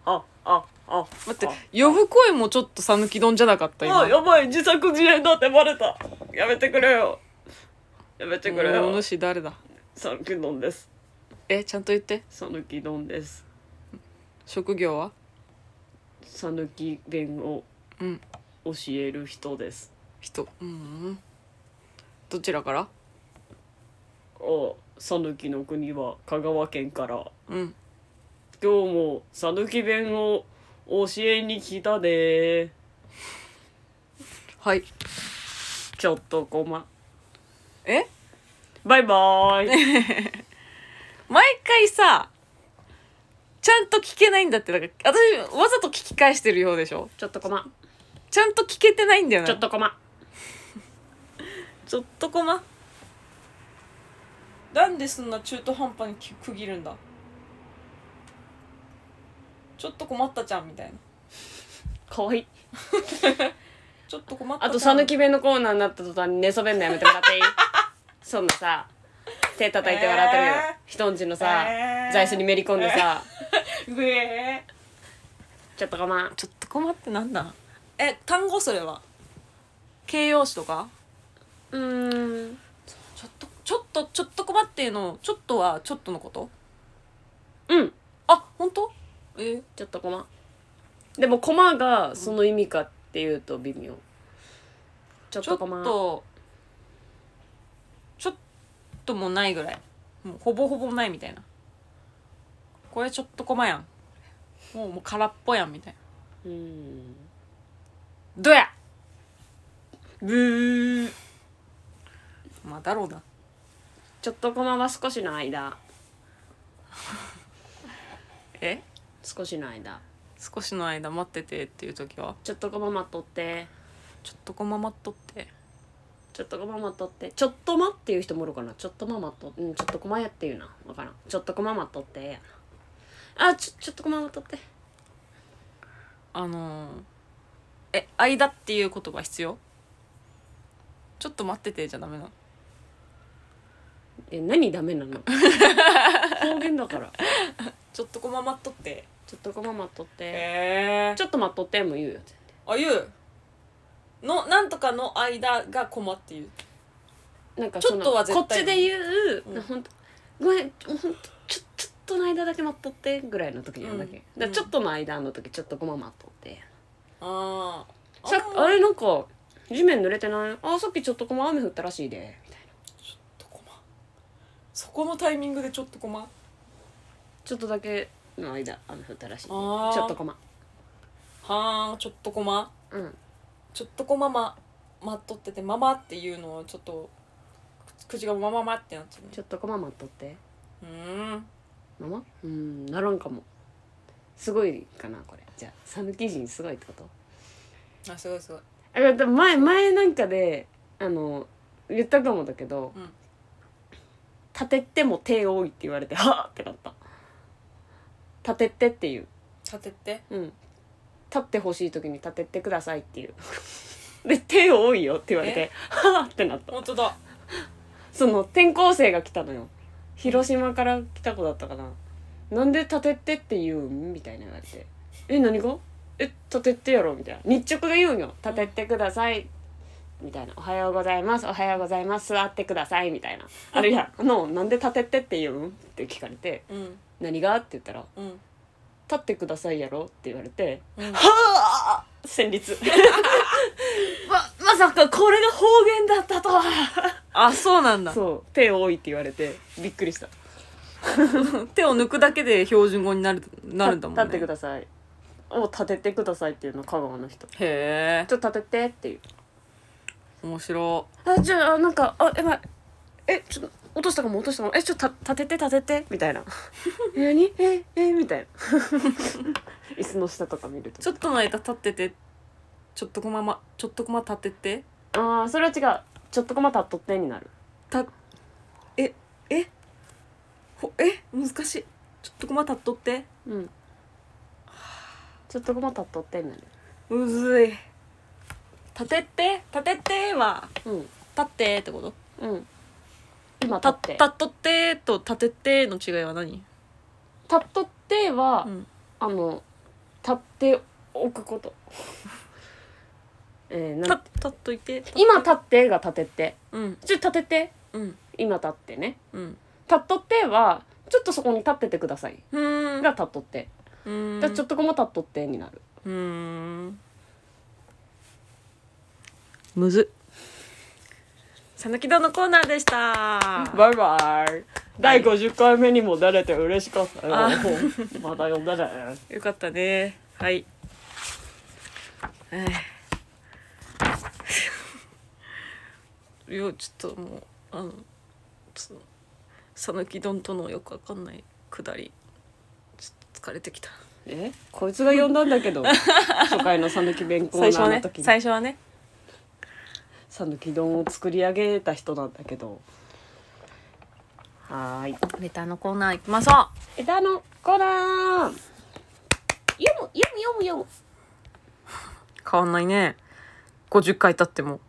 あああ
待って
あ
呼ぶ声もちょっと讃岐丼じゃなかった今
あやばい自作自演だってバレたやめてくれよやめてくれ
お
よ
主誰だ
サヌキドンです
えちゃんと言って
サヌキドンです
職業は
サヌキ弁を
うん
教える人です
人うんどちらから
あサヌキの国は香川県から
うん
今日もサヌキ弁を教えに来たで
はい
ちょっとごま
え
バイバ ーイ
毎回さちゃんと聞けないんだってだから私わざと聞き返してるようでしょ
ちょっとこま
ちゃんと聞けてないんだよな
ちょっとこま
ちょっとこまなんでそんな中途半端にき区切るんだちょっと困ったちゃんみたいな
かわいい
ちょっと困った
あと
ちゃ
さ
ん
ぬき弁のコーナーになった途端に寝そべんのやめても らっていいそんなさ手叩いて笑ってるよ、
えー
人んちのさ、
えー
座椅子にめり込んでさ、
うえー
ちょっと我慢
ちょっと困ってなんだえ単語それは形容詞とか
うーん
ちょっとちょっとちょっと困っていうのちょっとはちょっとのこと
うん
あ本当え
ちょっとこまでもこまがその意味かっていうと微妙ちょっ
ちょ
と
っ
こま
とちょっともないぐらいもうほぼほぼないみたいなこれちょっとこまやんもうもう空っぽやんみたいな
うん
どや
ブー
まあだろうな
ちょっとこまは少しの間
え
少しの間
少しの間待っててっていう時は
ちょっとこま待っとって
ちょっとこま待っとって
ちょっとこま待っとってちょっとまっていう人もおるかなちょっとま待っとうんちょっとこまやっていうなわからんちょっとこま待っとってやなあちょちょっとこま待っとって
あのーえ間っていう言葉必要ちょっと待っててじゃダメなの
え何ダメなの方言だから
ちょっとこま待っとって
ちょっとこま待っとって
え
ちょっと待っとっても言うよ全
あゆうのなんとかの間が困っていう
然なんか
ちょっとは
その
絶対
こっちで言う、
うん
ほんとごめんほんとちょちょっとの間だけ待っとってぐらいの時なんだっけ、
うん
だからちょっとの間の時ちょっとこま待っとって
あー
さっ
あ
あれなんか地面濡れてないあさっきちょっとこま雨降ったらしいで
とこまそこのタイミングでちょっとこま
ちょっとだけの間雨降ったらしいち
あ
ょ
ー
っとこま
はあちょっとこま
うん
ちょっとこまま待っとっててままっていうのはちょっと口がまままってなっちゃうね
ちょっとこま待っとって
うーん
ままうんならんかもすごいかなこれじゃあ讃岐人すごいってこと
あすごいすごい
あでも前前なんかであの言ったかもだけど、
うん
立てっても手多いって言われてはあってなった立てってっていう
立てて
うん立ってほしい時に立てってくださいっていうで手多いよって言われてはあってなった
本当だ
その転校生が来たのよ広島から来た子だったかななんで立てってって言うんみたいな言われてえ何がえ立てってやろみたいな日直が言うんよ立てってくださいみたいなおはようございますおはようござ います座ってくださいみたいなあれやのなんで立てってって言うんって聞かれて
うん
何何が?」って言ったら
うん
「立ってくださいやろ」って言われて
うん
「はあ!」戦慄
ままさかこれが方言だったとはあそうなんだ
そう手多いって言われてびっくりした
手を抜くだけで標準語になるなるんだもんね
た立ってくださいを立ててくださいっていうの香川の人ち
へえ
ょっと立ててっていう
面白
あじゃあなんかあやばいえちょっと落としたかも落としたかもえちょっとた立てて立てて みたいな何ええみたいな 椅子の下とか見ると
ちょっとの間立っててちょっとこままちょっとこま立ってて
ああそれは違うちょっとこまたっとってになる
たええほえ難しいちょっとこま立っとって
うんちょっとこまたっとってになる
むずい立てって立てっては
うん
立ってってこと
うん今立
た
って
立っとってと立てっての違いは何
立っとっては、
うん
あの立っておくことえー、
た
なん
立っといて
今立ってが立てて
うん
ちょっと立てて
うん
今立ってね
うん
立っとってはちょっとそこに立っててください
うん
が立っとって
うん
じゃあちょっとこも立っとってになる
うーんむずさぬき堂のコーナーでした
バイバイ第50回目にも出れて嬉しかったよ
あ
また呼んでね
よかったねはいえー いやちょっともうあのそのさぬき丼とのよくわかんないくだりちょっと疲れてきた
えこいつが呼んだんだけ ど初回のさぬき弁コー
最初は
ナーの
ね
時
最
に
初はね
さぬき丼を作り上げた人なんだけどはーい
ネタのコーナー行きましょ
枝のコーナー読む読む読む読む
う変わんないね50回経っても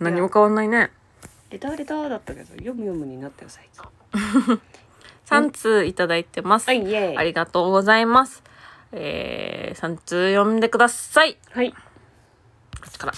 何も変わんないね
枝枝だったけど読む読むになったよ最近
3通いただいてます、
はいイエーイ
ありがとうございますえー、3通読んでくださいこ
はい
っちから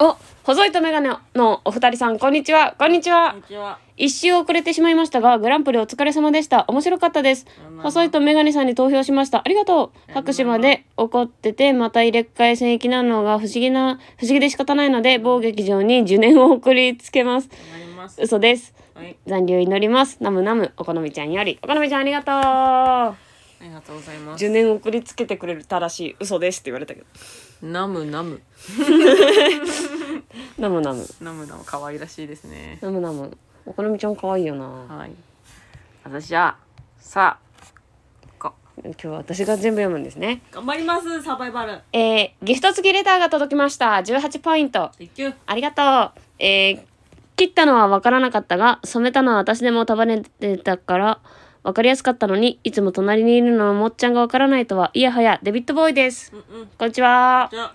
お細いとメガネのお二人さんこんにちはこんにちは
にちは
一周遅れてしまいましたがグランプリお疲れ様でした面白かったです細いとメガネさんに投票しましたありがとう拍手まで怒っててまた入れ替え戦役なのが不思議な不思議で仕方ないので某劇場に10年を送りつけます
なります
嘘です
はい
残留祈りますナムナムお好みちゃんよりお好みちゃんありがと
ありがとうございま
う
す
10年送りつけてくれたらしい嘘ですって言われたけど
ナムナム
ナムナム
ナムナム可愛らしいですね
ナムナムお好みちゃん可愛いよな
はい私じゃあさあか
今日は私が全部読むんですね
頑張りますサバイバル
えー、ギフト付きレターが届きました18ポイント
Thank you
ありがとう。えー切ったのは分からなかったが、染めたのは私でも束ねてたから、分かりやすかったのに、いつも隣にいるののもっちゃんが分からないとは、いやはや、デビッドボーイです。
うんうん
こんにちは。
じゃ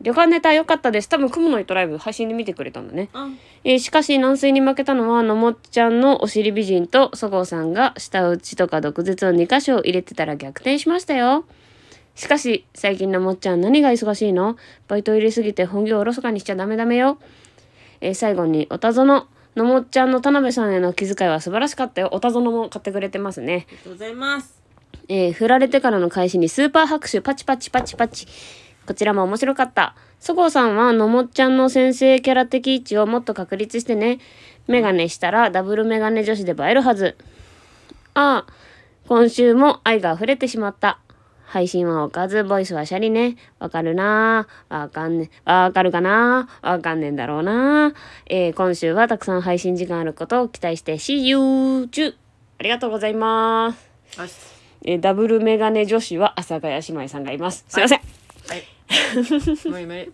旅館ネタ良かったです。多分、雲の糸ライブ配信で見てくれたんだね。
あうん
えーしかし、軟水に負けたのは、のもっちゃんのお尻美人と、そごうさんが舌打ちとか毒舌を2箇所入れてたら逆転しましたよ。しかし、最近のもっちゃん何が忙しいのバイト入れすぎて本業をおろそかにしちゃダメダメよ。えー最後に、おたぞの、のもっちゃんの田辺さんへの気遣いは素晴らしかったよ。おたぞのも買ってくれてますね
あ。りがとうございます
えー振られてからの開始にスーパー拍手パチパチパチパチこちらも面白かったそごうさんはのもっちゃんの先生キャラ的位置をもっと確立してねメガネしたらダブルメガネ女子で映えるはずああ今週も愛が溢れてしまった配信はおかずボイスはシャリねわかるなあわかんねわかるかなわかんねえんだろうなえー今週はたくさん配信時間あることを期待して See you! チュありがとうございます
よし
えーダブルメガネ女子は阿佐ヶ谷姉妹さんがいます。すいません。
はい 無理無理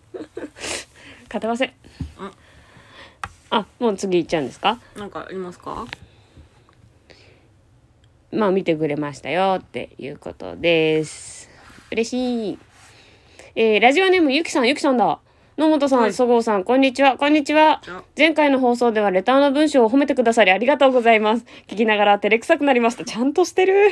勝てません
うん。
あ、もう次行っちゃうんですか。
なんかありますか
まあ見てくれましたよっていうことです。嬉しい。えーラジオネームゆきさん、ゆきさんだ。野本さ
は
ん、
い
そごうさん、こんにちは。こんにちは
じゃあ。
前回の放送ではレターの文章を褒めてくださりありがとうございます。聞きながら照れくさくなりました。ちゃんとしてる。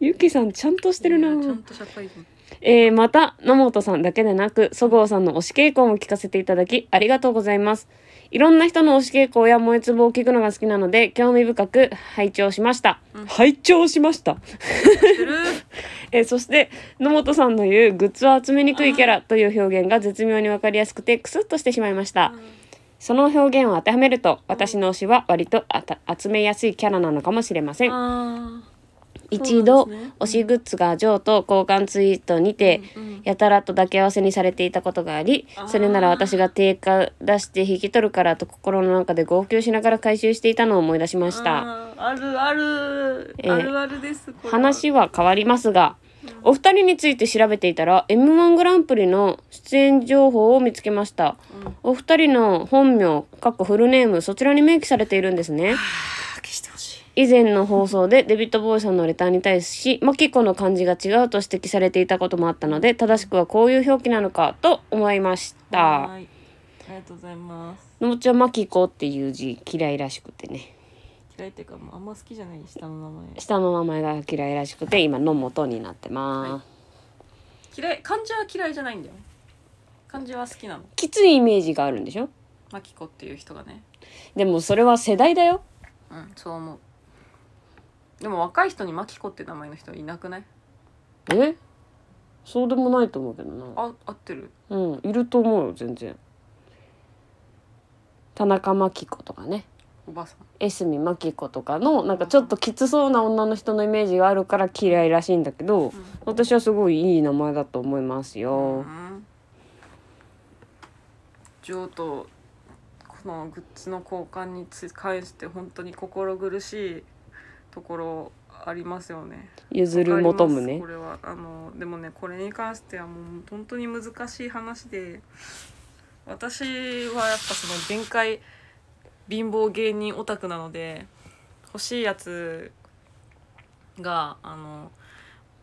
ゆきさん、ちゃんとしてる
いや
な
ちゃ。んと社会人
えーまた野本さんだけでなくそごうさんの推し傾向も聞かせていただきありがとうございますいろんな人の推し傾向や燃えつぼを聞くのが好きなので興味深く拝聴しました、
うん
拝聴しました
す る
えーそして野本さんの言うグッズを集めにくいキャラという表現が絶妙にわかりやすくてクスッとしてしまいましたその表現を当てはめると私の推しは割とあた集めやすいキャラなのかもしれません
あー
一度、
そうなんですね
推しグッズがジョーと交換ツイートにて、
うんうん
やたらと抱き合わせにされていたことがあり
あー
それなら私が定価出して引き取るからと心の中で号泣しながら回収していたのを思い出しました
あーあるある、
えー
あるあるですこれは
話は変わりますがお二人について調べていたら m 1グランプリの出演情報を見つけました
うん
お二人の本名かっこフルネームそちらに明記されているんですね
消してほしい
以前の放送でデビッド・ボーイさんのレターに対し「マキコの漢字が違う」と指摘されていたこともあったので正しくはこういう表記なのかと思いました
はーいありがとうございます
のもちゃんマキコっていう字嫌いらしくてね
嫌いっていうかもうあんま好きじゃない下の名前
下の名前が嫌いらしくて今の元になってます、
はい嫌い漢字は嫌いじゃないんだよ漢字は好きなの
きついイメージがあるんでしょ
マキコっていう人がね
でもそれは世代だよ
うんそう思うでも若い人にマキコって名前の人いなくない
えそうでもないと思うけどな
あ合ってる
うんいると思うよ全然田中真紀子とかね
おばさん
江角真紀子とかのなんかちょっときつそうな女の人のイメージがあるから嫌いらしいんだけど私はすごいいい名前だと思います
う
よ
んジョーとこのグッズの交換につ返して本当に心苦しいところありますよね
譲る求むね
これはあのでもねこれに関してはもう本当に難しい話で私はやっぱその限界貧乏芸人オタクなので欲しいやつがあの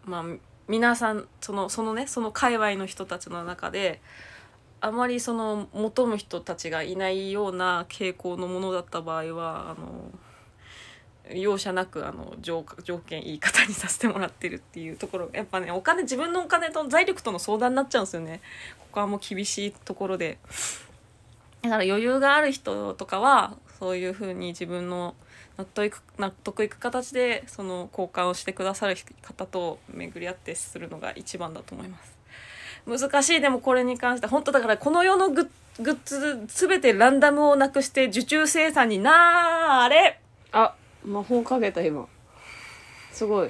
まあ皆さんそのそのねその界隈の人たちの中であまりその求む人たちがいないような傾向のものだった場合はあの容赦なくあの条条件言い方にさせてもらってるっていうところやっぱねお金自分のお金と財力との相談になっちゃうんですよねここはもう厳しいところでだから余裕がある人とかはそういうふうに自分の納得いく納得いく形でその交換をしてくださる方と巡り合ってするのが一番だと思います難しいでもこれに関して本当だからこの世のグッグッズ全てランダムをなくして受注生産になーれ
あ魔法かけた今すごい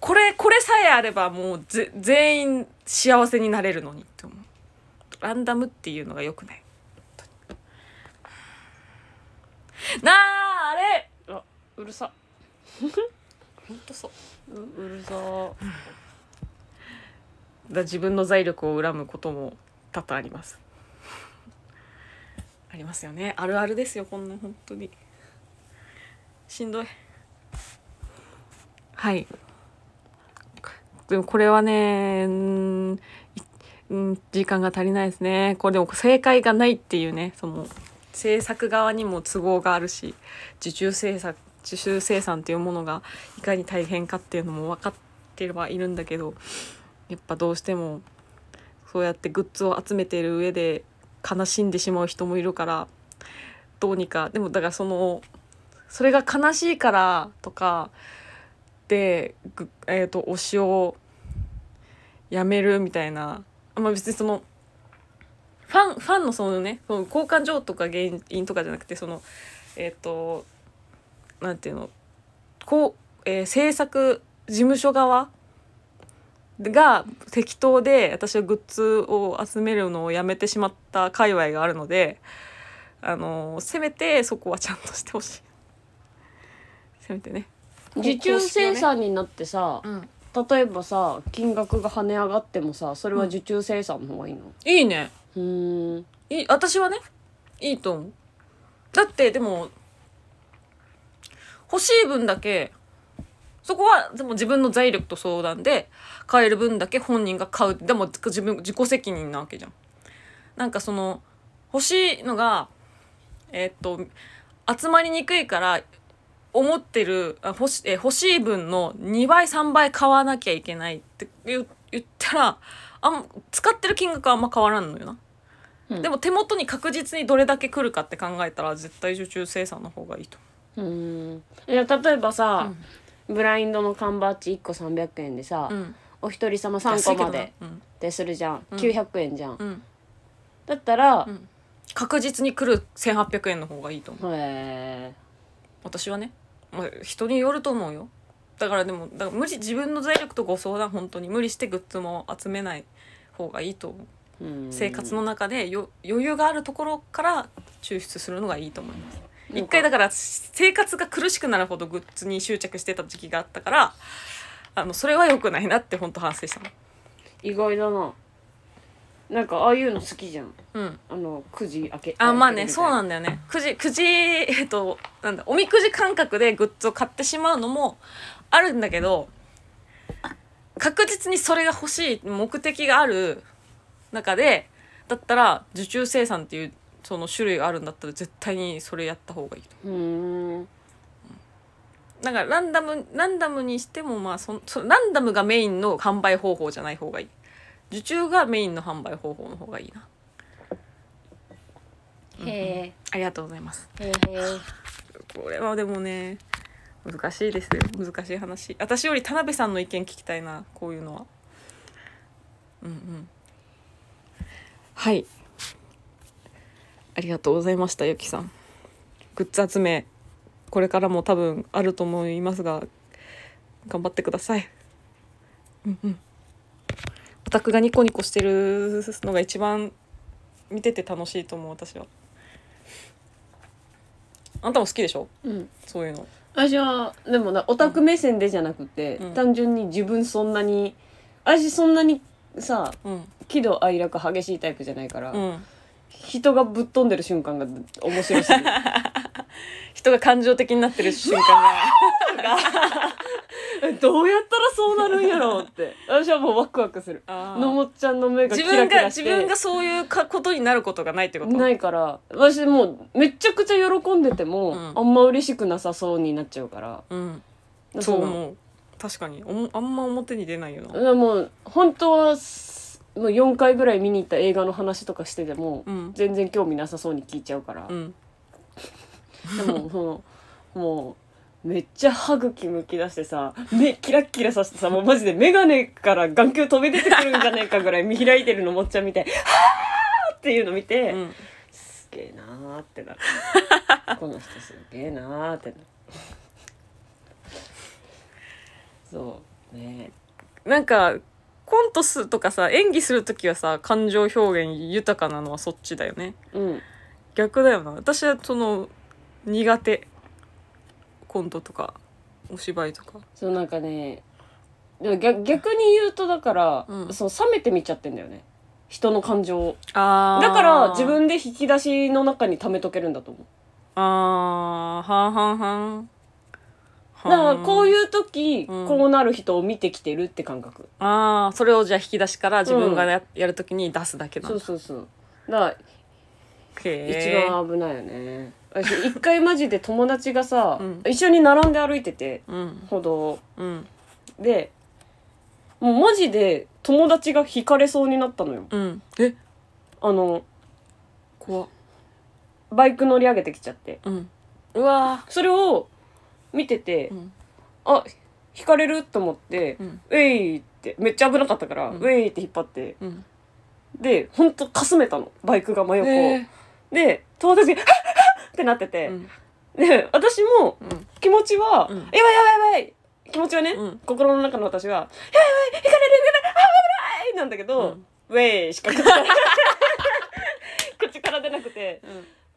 これこれさえあればもうぜ全員幸せになれるのにって思うランダムっていうのがよくない本当になああれ
あうるさ
本当そう
ううるさー
だ自分の財力を恨むことも多々あります ありますよねあるあるですよこんな本当にしんどいはいでもこれはねうーんいうん時間が足りないですねこれでも正解がないっていうねその制作側にも都合があるし受注制作受注生産っていうものがいかに大変かっていうのも分かってはいるんだけどやっぱどうしてもそうやってグッズを集めている上で悲しんでしまう人もいるからどうにかでもだからそのそれが悲しいからとかで、ぐえー、と推しをやめるみたいな、まあ、別にそのファンファンのそのねその交換状とか原因とかじゃなくてそのえっ、となんていうのこう、えー制作事務所側が適当で私はグッズを集めるのをやめてしまった界隈があるのであのせめてそこはちゃんとしてほしいせめてね
受注生産になってさ
ん
例えばさ金額が跳ね上がってもさそれは受注生産の方がいいの
いいね
うーん
いい私はねいいと思うだってでも欲しい分だけそこはでも自分の財力と相談で買える分だけ本人が買うでも自分自己責任なわけじゃんなんかその欲しいのがえーっと集まりにくいから思ってるあ欲しえ欲しい分の2倍3倍買わなきゃいけないって言言ったらあん使ってる金額はあんま変わらんのよな、
うん
でも手元に確実にどれだけ来るかって考えたら絶対受注生産の方がいいと
うんいや例えば
思
さ
う、、
ブラインドの缶バッジ1個300円でさ、
うん、
お一人様3個ま
安い
で
けどな
ってするじゃん、
うん
900円じゃん、
うんうん
だったら、
うん確実に来る1800円の方がいいと思う
へえ
私はね、まあ、人によると思うよだからでもだから無理自分の財力とご相談本当に無理してグッズも集めない方がいいと思う生活の中でよ余裕があるところから抽出するのがいいと思います一回だ
か
から生活が苦しくなるほどグッズに執着してた時期があったからあのそれは良くないなって本当反省したの
意外だななんかああいうの好きじゃん
うん
あの9時開け
あまあねそうなんんだよねくじくじえっとなんだおみくじ感覚でグッズを買ってしまうのもあるんだけど確実にそれが欲しい目的がある中でだったら受注生産っていうその種類があるんだったら絶対にそれやった方がいいと
うーん
だからランダムランダムにしてもまあそんそランダムがメインの販売方法じゃない方がいい受注がメインの販売方法の方がいいな
へ
ありがとうございます
えへえ
これはでもね難しいですよ難しい話私より田辺さんの意見聞きたいなこういうのはうんうんはいありがとうございましたゆきさんグッズ集めこれからも多分あると思いますが頑張ってくださいうんうんオタクがニコニコしてるのが一番見てて楽しいと思う私はあんたも好きでしょ
うん
そういうの
私はでもなオタク目線でじゃなくて、
うん
単純に自分そんなに私そんなにさ
うん
喜怒哀楽激しいタイプじゃないから、
うん、
人がぶっ飛んでる瞬間が面白すぎる
人が感情的になってる瞬間が
え どうやったらそうなるんやろうって私はもうワクワクする
あー
のもっちゃんの目がキ
自分
ラキ
が
ラして
自分がそういうかことになることがないってこと
ないから私もうめちゃくちゃ喜んでても、
うん
あんま嬉しくなさそうになっちゃうから
うん、
そ
そう
の
思う確かにおもあんま表に出ないよ
だか
な
らもう本当はすもう4回ぐらい見に行った映画の話とかしてても、
うん
全然興味なさそうに聞いちゃうから、
うん
でもそのもうめっちゃ歯茎むき出してさ目キラッキラさしてさもうマジで眼鏡から眼球飛び出てくるんじゃないかぐらい見開いてるのもっちゃん見て「はあ!」っていうの見て、
うん
すげえなーってなるこの人すげえなーってなるそうね
なんかコントすとかさ演技する時はさ感情表現豊かなのはそっちだよね
うん
逆だよな私はその苦手コントとかお芝居とか
そうなんかねでも逆逆に言うとだから、
うん
そう冷めて見ちゃってんだよね人の感情を
あ
だから自分で引き出しの中に溜めとけるんだと思う
あーはんはんはん
だからこう
う
いう時、
うん
こうなる人を見てきてるって感覚
ああそれをじゃあ引き出しから自分がや,、やるときに出すだけな
そ
ん
う
だ
そうそうだから一
へえ
番危ないよね私一回マジで友達がさ、
うん
一緒に並んで歩いてて
うん
歩道
うん
でもうマジで友達が惹かれそうになったのよ
うんえ
あの
怖っ
バイク乗り上げてきちゃって
うんうわ
それを見てて、
ーうん
あ惹かれると思って
うん
「ウェイ!」ってめっちゃ危なかったから「
うん
ウェイ!」って引っ張って
うん
でほんとかすめたのバイクが真横を、
え
で友達が「はっはっ!」ってなってて、
ーうん
で私も
うん
気持ちは「
うん
やばいやばいやばい!」気持ちはね、
うん
心の中の私は「やばいやばい引かれる引かれるあ危ない!」なんだけど、
うん
ウェイしか口から 口から出なくて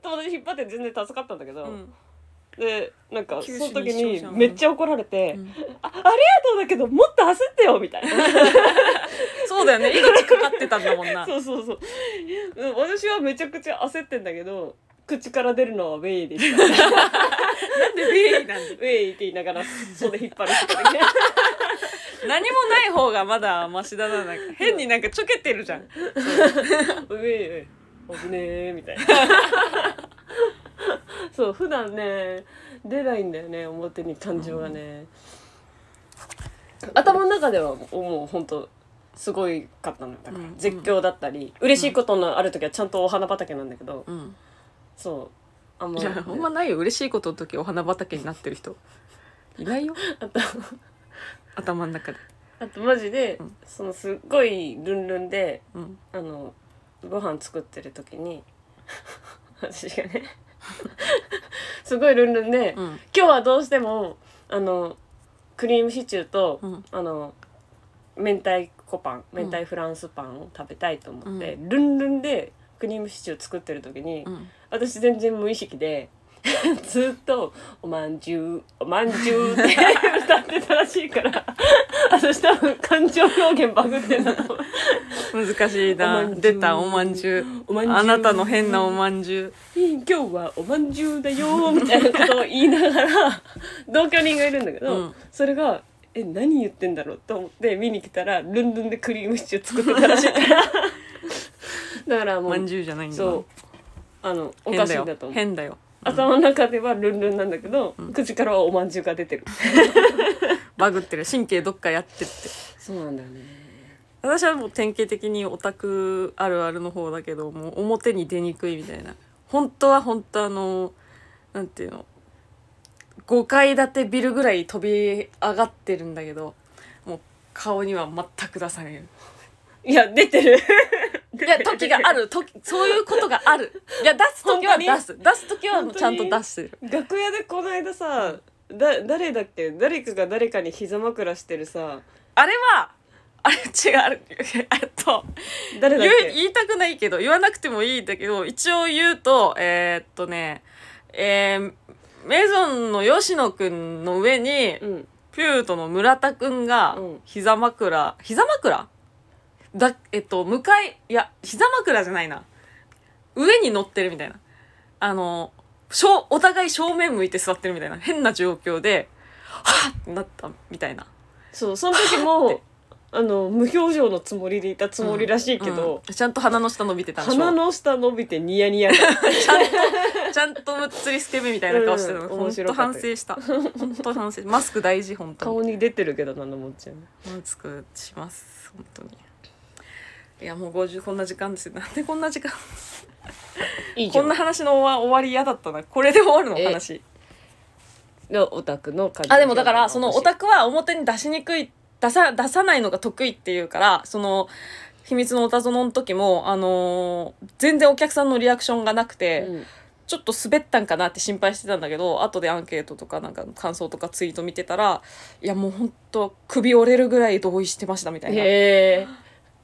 友達引っ張って全然助かったんだけど、
うん
でなんかそ
九
の
死
時
に一生
に
じゃん
めっちゃ怒られて「
うん
あありがとうだけどもっと焦ってよ」みたいな
そうだよね命かかってたんだもんな
そうそうそううん私はめちゃくちゃ焦ってんだけど口から出るのはウェイでしたウ
なんで便利なんだ
ェイって言いながら袖引っ張る人がいて
何もない方がまだマシだななんか変になんかちょけてるじゃん
ウェイウェイ危ねえみたいなそう普段ね出ないんだよね表に感情がね、頭の中ではもうもう本当すごいかったのよだから、
うん
絶叫だったり嬉しいことのある時はちゃんとお花畑なんだけど、
うん
そうあんま
いやほんまないよ嬉しいことの時お花畑になってる人いないよ
あと
頭の中で
あとマジで、
うん
そのすっごいルンルンで
うん
あのご飯作ってる時に 私がね すごいルンルンで、
うん
今日はどうしてもあのクリームシチューと、
うん
あの明太子パン
うん
明太フランスパンを食べたいと思って、
う
ルンルンでクリームシチュー作ってる時に、
うん
私全然無意識で ずっと「おまんじゅうおまんじゅう」って 歌ってたらしいから私多分感情表現バグってんだと思う
難しい
おま
なん
じゅう
出たおまんじゅう
おまんじゅ う
あなたの変なおまんじゅう
今日はおまんじゅうだよーみたいなことを言いながら同居人がいるんだけど、
うん
それが「え何言ってんだろう?」と思って見に来たらルンルンでクリームシチュー作ってたらしいから だから
お
も
まん
う
じゅうじゃないんだ
そうあのお
変
かし
だ
い
よ
んだと思う。
変だよ
頭の中ではルンルンなんだけど、口からはおまんじゅうが出てる。
バグってる神経どっかやってって
そうなんだよね。
私はもう典型的にオタクあるあるの方だけどもう表に出にくいみたいな本当は本当あのなんていうの5階建てビルぐらい飛び上がってるんだけどもう顔には全く出さないい
いや出てる。
や時がある時そういうことがあるいや出す時は
本当に
出す出す時は
本当に
ちゃんと出してる
楽屋でこの間さ、だ誰だっけ誰かが誰かに膝枕してるさ、
あれはあれ違うあれえっと
誰だっ
言う
け。
言いたくないけど言わなくてもいいんだけど一応言うとえーっとねえーメゾンの吉野くんの上に、
うん。
ピュートの村田くんが
うん
膝枕膝枕だえっと向かいいや膝枕じゃないな上に乗ってるみたいなあの正お互い正面向いて座ってるみたいな変な状況ではっってなったみたいな
そうその時 もあの無表情のつもりでいたつもりらしいけど、
うんちゃんと鼻の下伸びてたんでしょ
鼻の下伸びてニヤニヤが
ちゃんと、ちゃんとむっつりスケベみたいな顔してたの。
うん
ほ
面
ん
白
と
かっ
反
た
省した。ほんと反省。マスク大事、本 当に。
顔に出てるけどなのもっちゃん。
マスクします、本当に。いや、もう50、こんな時間ですよ。なんでこんな時間
いいじ
こ
ゃ
ん
ん。
な話の終わ終わり嫌だったな。これで終わるの
え
話。
のオタクの感
あ、でもだから、そのオタ
ク
クは表に出しにくい、出さ、出さないのが得意っていうから、その、秘密のおたぞのの時も、あのー全然お客さんのリアクションがなくて、ちょっと滑ったんかなって心配してたんだけど後でアンケートとかなんか感想とかツイート見てたらいやもうほんと首折れるぐらい同意してましたみたいな、
へえ。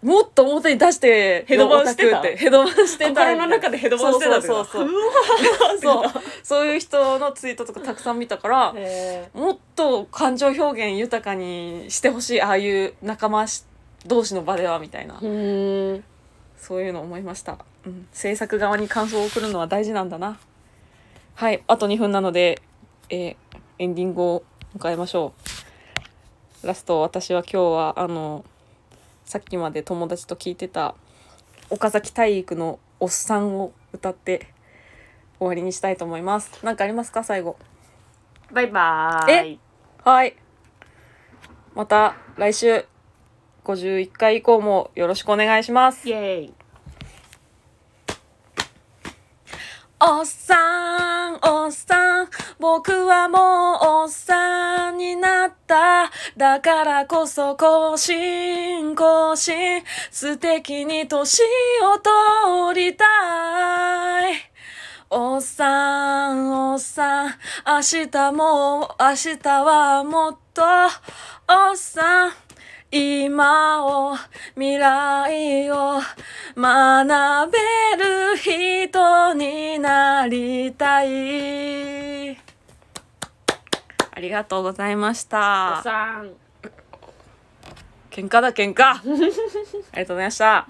もっと表に出して
ヘドバンしてた
オタクってヘドバンしてたみたい
心
な
の中でヘドバン
そうしてた
そ
そうう
そ
そうう
そ
そううそういう人のツイートとかたくさん見たから
へ
もっと感情表現豊かにしてほしいああいう仲間し同士の場ではみたいな、
え。うん。
そういうの思いました、うん、制作側に感想を送るのは大事なんだなはいあと2分なので、えーエンディングを迎えましょうラスト私は今日はあのさっきまで友達と聞いてた岡崎体育の「おっさん」を歌って終わりにしたいと思います何かありますか最後
バイバ
ーイ。はいまた来週51回以降もよろしくお願いします
イエーイ。
おっさん、おっさん、僕はもうおっさんになった。だからこそ更新、更新、素敵に年を取りたい。おっさん、おっさん、明日も、明日はもっと、おっさん、今を、未来を、学べる人になりたい。ありがとうございました。
さん。
喧嘩だ、喧嘩。ありがとうございました。